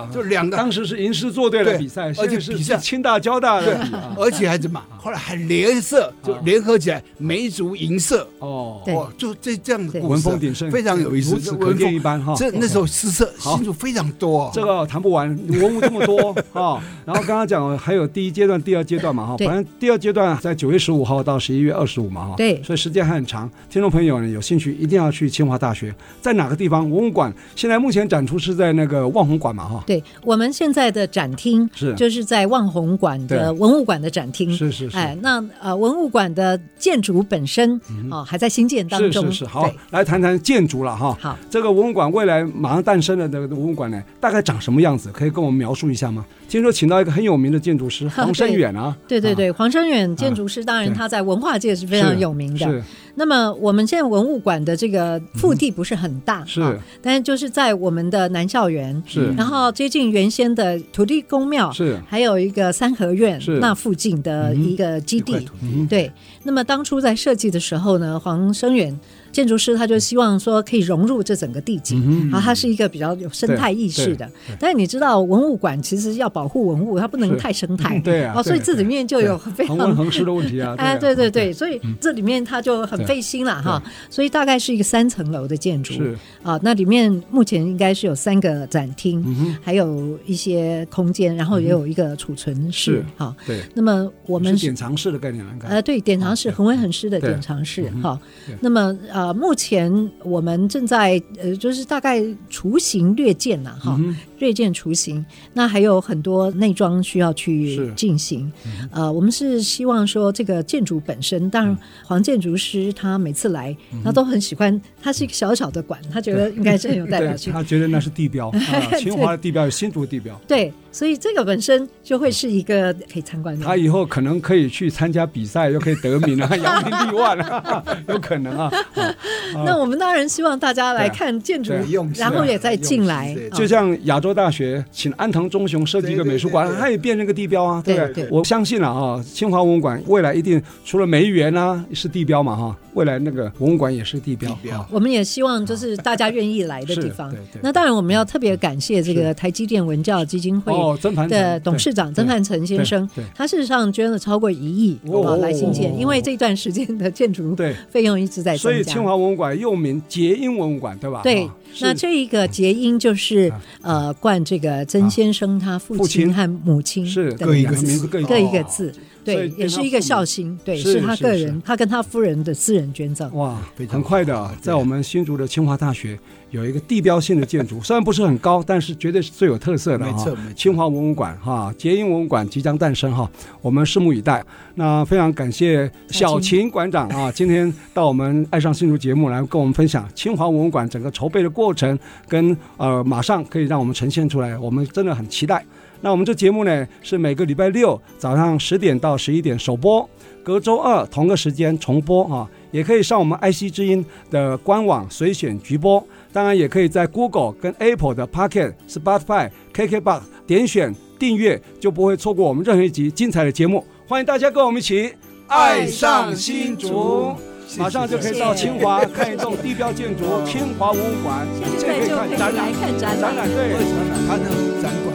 Speaker 1: 哇，
Speaker 2: 就两个，
Speaker 1: 当时是吟诗作对的
Speaker 2: 对
Speaker 1: 比赛，
Speaker 2: 而
Speaker 1: 现在
Speaker 2: 且
Speaker 1: 是
Speaker 2: 比赛
Speaker 1: 清大交大
Speaker 2: 对
Speaker 1: 的比啊，
Speaker 2: 而且还怎么，后来还联社就联合起来梅竹银社，
Speaker 1: 哦，
Speaker 3: 对
Speaker 2: 哦，就这这样的
Speaker 3: 对
Speaker 2: 故事啊
Speaker 1: 文风鼎盛，
Speaker 2: 非常有意思，
Speaker 1: 如此
Speaker 2: 这
Speaker 1: 可
Speaker 2: 文
Speaker 1: 见一
Speaker 2: 风。
Speaker 1: 斑哈。
Speaker 2: 这那时候诗社
Speaker 1: 好
Speaker 2: 新竹非常多、哦，
Speaker 1: 这个谈不完，文物这么 多啊、然后刚刚讲还有第一阶段、第二阶段嘛哈，
Speaker 3: 对
Speaker 1: 反正第二阶段在九月十五号到十一月二十五嘛哈，
Speaker 3: 对
Speaker 1: 所以时间还很长。听众朋友呢有兴趣一定要去清华大学，在哪个地方文物馆？现在目前展出是在那个望红馆嘛哈，
Speaker 3: 对，我们现在的展厅
Speaker 1: 是
Speaker 3: 就是在望红馆的
Speaker 1: 对
Speaker 3: 文物馆的展厅。
Speaker 1: 是是是。
Speaker 3: 哎，那呃，文物馆的建筑本身哦，还在新建当
Speaker 1: 是
Speaker 3: 中。
Speaker 1: 是嗯是，好
Speaker 3: 对，
Speaker 1: 来谈谈建筑了哈。
Speaker 3: 好，
Speaker 1: 这个文物馆未来马上诞生的这个文物馆呢，大概长什么样子？可以跟我们描述一下吗？听说请到一个很有名的建筑 师黄生远啊，
Speaker 3: 对对
Speaker 1: 啊，
Speaker 3: 对，黄生远建筑师，当然
Speaker 1: 对
Speaker 3: 他在文化界是非常有名的。
Speaker 1: 是
Speaker 3: 那么我们现在文物馆的这个腹地不是很大，
Speaker 1: 嗯是
Speaker 3: 啊但是就是在我们的南校园，
Speaker 1: 是
Speaker 3: 然后接近原先的土地公庙，
Speaker 1: 是，
Speaker 3: 还有一个三合院
Speaker 1: 是
Speaker 3: 那附近的一个基
Speaker 2: 一
Speaker 3: 地
Speaker 2: 块。土地
Speaker 1: 嗯，
Speaker 3: 对，那么当初在设计的时候呢，黄生远建筑师他就希望说可以融入这整个地景，
Speaker 1: 嗯
Speaker 3: 然后它是一个比较有生态意识的
Speaker 1: 对对。
Speaker 3: 但是你知道，文物馆其实要保护文物，它不能
Speaker 1: 是
Speaker 3: 太生态，
Speaker 1: 对啊
Speaker 3: 哦，所以
Speaker 1: 对
Speaker 3: 这里面就有非
Speaker 1: 恒温
Speaker 3: 常。
Speaker 1: 恒湿的问题 啊。
Speaker 3: 哎，
Speaker 1: 啊
Speaker 3: 对对对，所以这里面它就很
Speaker 1: 对
Speaker 3: 费心了哈，所以大概是一个三层楼的建筑
Speaker 1: 是
Speaker 3: 啊，那里面目前应该是有三个展厅，
Speaker 1: 嗯哼，嗯
Speaker 3: 还有一些空间，然后也有一个储存室
Speaker 1: 是
Speaker 3: 哈。
Speaker 1: 对，
Speaker 3: 那么我
Speaker 1: 我
Speaker 3: 们
Speaker 1: 典藏式的概念来看，
Speaker 3: 呃，对，典藏室
Speaker 1: 啊对
Speaker 3: 恒温恒湿的
Speaker 1: 对
Speaker 3: 典藏室
Speaker 1: 嗯哼
Speaker 3: 哈
Speaker 1: 对。
Speaker 3: 那么呃，目前我们正在呃，就是大概雏形略见呐哈，
Speaker 1: 嗯哼
Speaker 3: 略见雏形。那还有很多内装需要去
Speaker 1: 是嗯
Speaker 3: 进行。呃，我们是希望说这个建筑本身，当然黄建筑师他每次来，他都很喜欢，他是一个小小的馆，他觉得应该是很有代表
Speaker 1: 嗯 对，
Speaker 3: 性。
Speaker 1: 他觉得那是地 标啊，清华的地标，新竹的地标。
Speaker 3: 对，所以这个本身就会是一个可以参观的。
Speaker 1: 他以后可能可以去参加比赛，又可以得名 啊，扬名立万啊， 有可能啊。
Speaker 3: 那我们当然希望大家来
Speaker 1: 对啊
Speaker 3: 看建筑
Speaker 1: 对
Speaker 2: 用，心啊
Speaker 3: 然后也再进来
Speaker 2: 用心对，
Speaker 3: 啊
Speaker 1: 就像亚洲大学请安藤忠雄设计一个美术馆
Speaker 2: 对对对，对
Speaker 1: 它也变成一个地标啊，对不
Speaker 3: 对
Speaker 1: 对
Speaker 3: 对？
Speaker 1: 我相信了啊，清华文物馆未来一定除了梅园啊是地标嘛哈，未来那个文物馆也是地标
Speaker 2: 地标
Speaker 1: 啊。
Speaker 3: 我们也希望就是大家愿意来的地方
Speaker 1: 是对对。
Speaker 3: 那当然，我们要特别感谢这个台积电文教基金会
Speaker 1: 哦，曾凡
Speaker 3: 的
Speaker 1: 成
Speaker 3: 董事长曾范成先生
Speaker 1: 对对，
Speaker 3: 他事实上捐了超过一亿
Speaker 1: 哦
Speaker 3: 啊来新建，
Speaker 1: 哦
Speaker 3: 因为这段时间的建筑
Speaker 1: 对，
Speaker 3: 费用一直在
Speaker 1: 所以
Speaker 3: 增
Speaker 1: 清
Speaker 3: 加。
Speaker 1: 华文物馆又名结英文物馆，对吧？
Speaker 3: 对
Speaker 1: 啊，
Speaker 3: 那
Speaker 1: 是
Speaker 3: 这一个结因就是
Speaker 1: 啊
Speaker 3: 呃，冠这个曾先生他父
Speaker 1: 啊父
Speaker 3: 亲
Speaker 1: 亲
Speaker 3: 和母亲
Speaker 1: 是
Speaker 3: 的
Speaker 2: 各一个
Speaker 3: 名字
Speaker 2: 字，
Speaker 1: 各一
Speaker 3: 各一个
Speaker 1: 哦
Speaker 3: 字，
Speaker 1: 所
Speaker 3: 对
Speaker 1: 以，
Speaker 3: 也
Speaker 1: 变
Speaker 3: 是
Speaker 1: 成
Speaker 3: 一个
Speaker 1: 父母
Speaker 3: 孝心，对，
Speaker 1: 是
Speaker 3: 是他
Speaker 1: 是哦
Speaker 3: 个
Speaker 1: 是
Speaker 3: 人，他跟他夫人的私人捐赠。
Speaker 1: 哇
Speaker 2: 非，常
Speaker 1: 很快的
Speaker 2: 好
Speaker 1: 啊，
Speaker 2: 对
Speaker 1: 在我们新竹的清华大学有一个地标性的建筑， 虽然不是很高，但是绝对是最有特色的
Speaker 2: 没
Speaker 1: 哈
Speaker 2: 错没错。
Speaker 1: 清华文物馆哈，捷英文物馆即将诞生哈，我们拭目以待。那非常感谢小秦馆长啊， 今天到我们爱上新竹节目来跟我们分享清华文物馆整个筹备的过程，跟呃马上可以让我们呈现出来，我们真的很期待。那我们这节目呢是每个礼拜六早上十点到十一点首播，隔周二同个时间重播啊，也可以上我们爱惜之音的官网随选直播，当然也可以在 Google 跟 Apple 的 Pocket、Spotify、KKBox 点选订阅，就不会错过我们任何一集精彩的节目。欢迎大家跟我们一起
Speaker 2: 爱上新竹，
Speaker 1: 马上就可以到清华看一栋地标建筑——清华文物馆，
Speaker 3: 现
Speaker 1: 这可
Speaker 3: 在
Speaker 1: 以
Speaker 3: 就
Speaker 1: 看
Speaker 3: 可以
Speaker 1: 展览
Speaker 3: 来，看展
Speaker 1: 展
Speaker 3: 览。
Speaker 1: 览对，展览。
Speaker 2: 他那个展馆。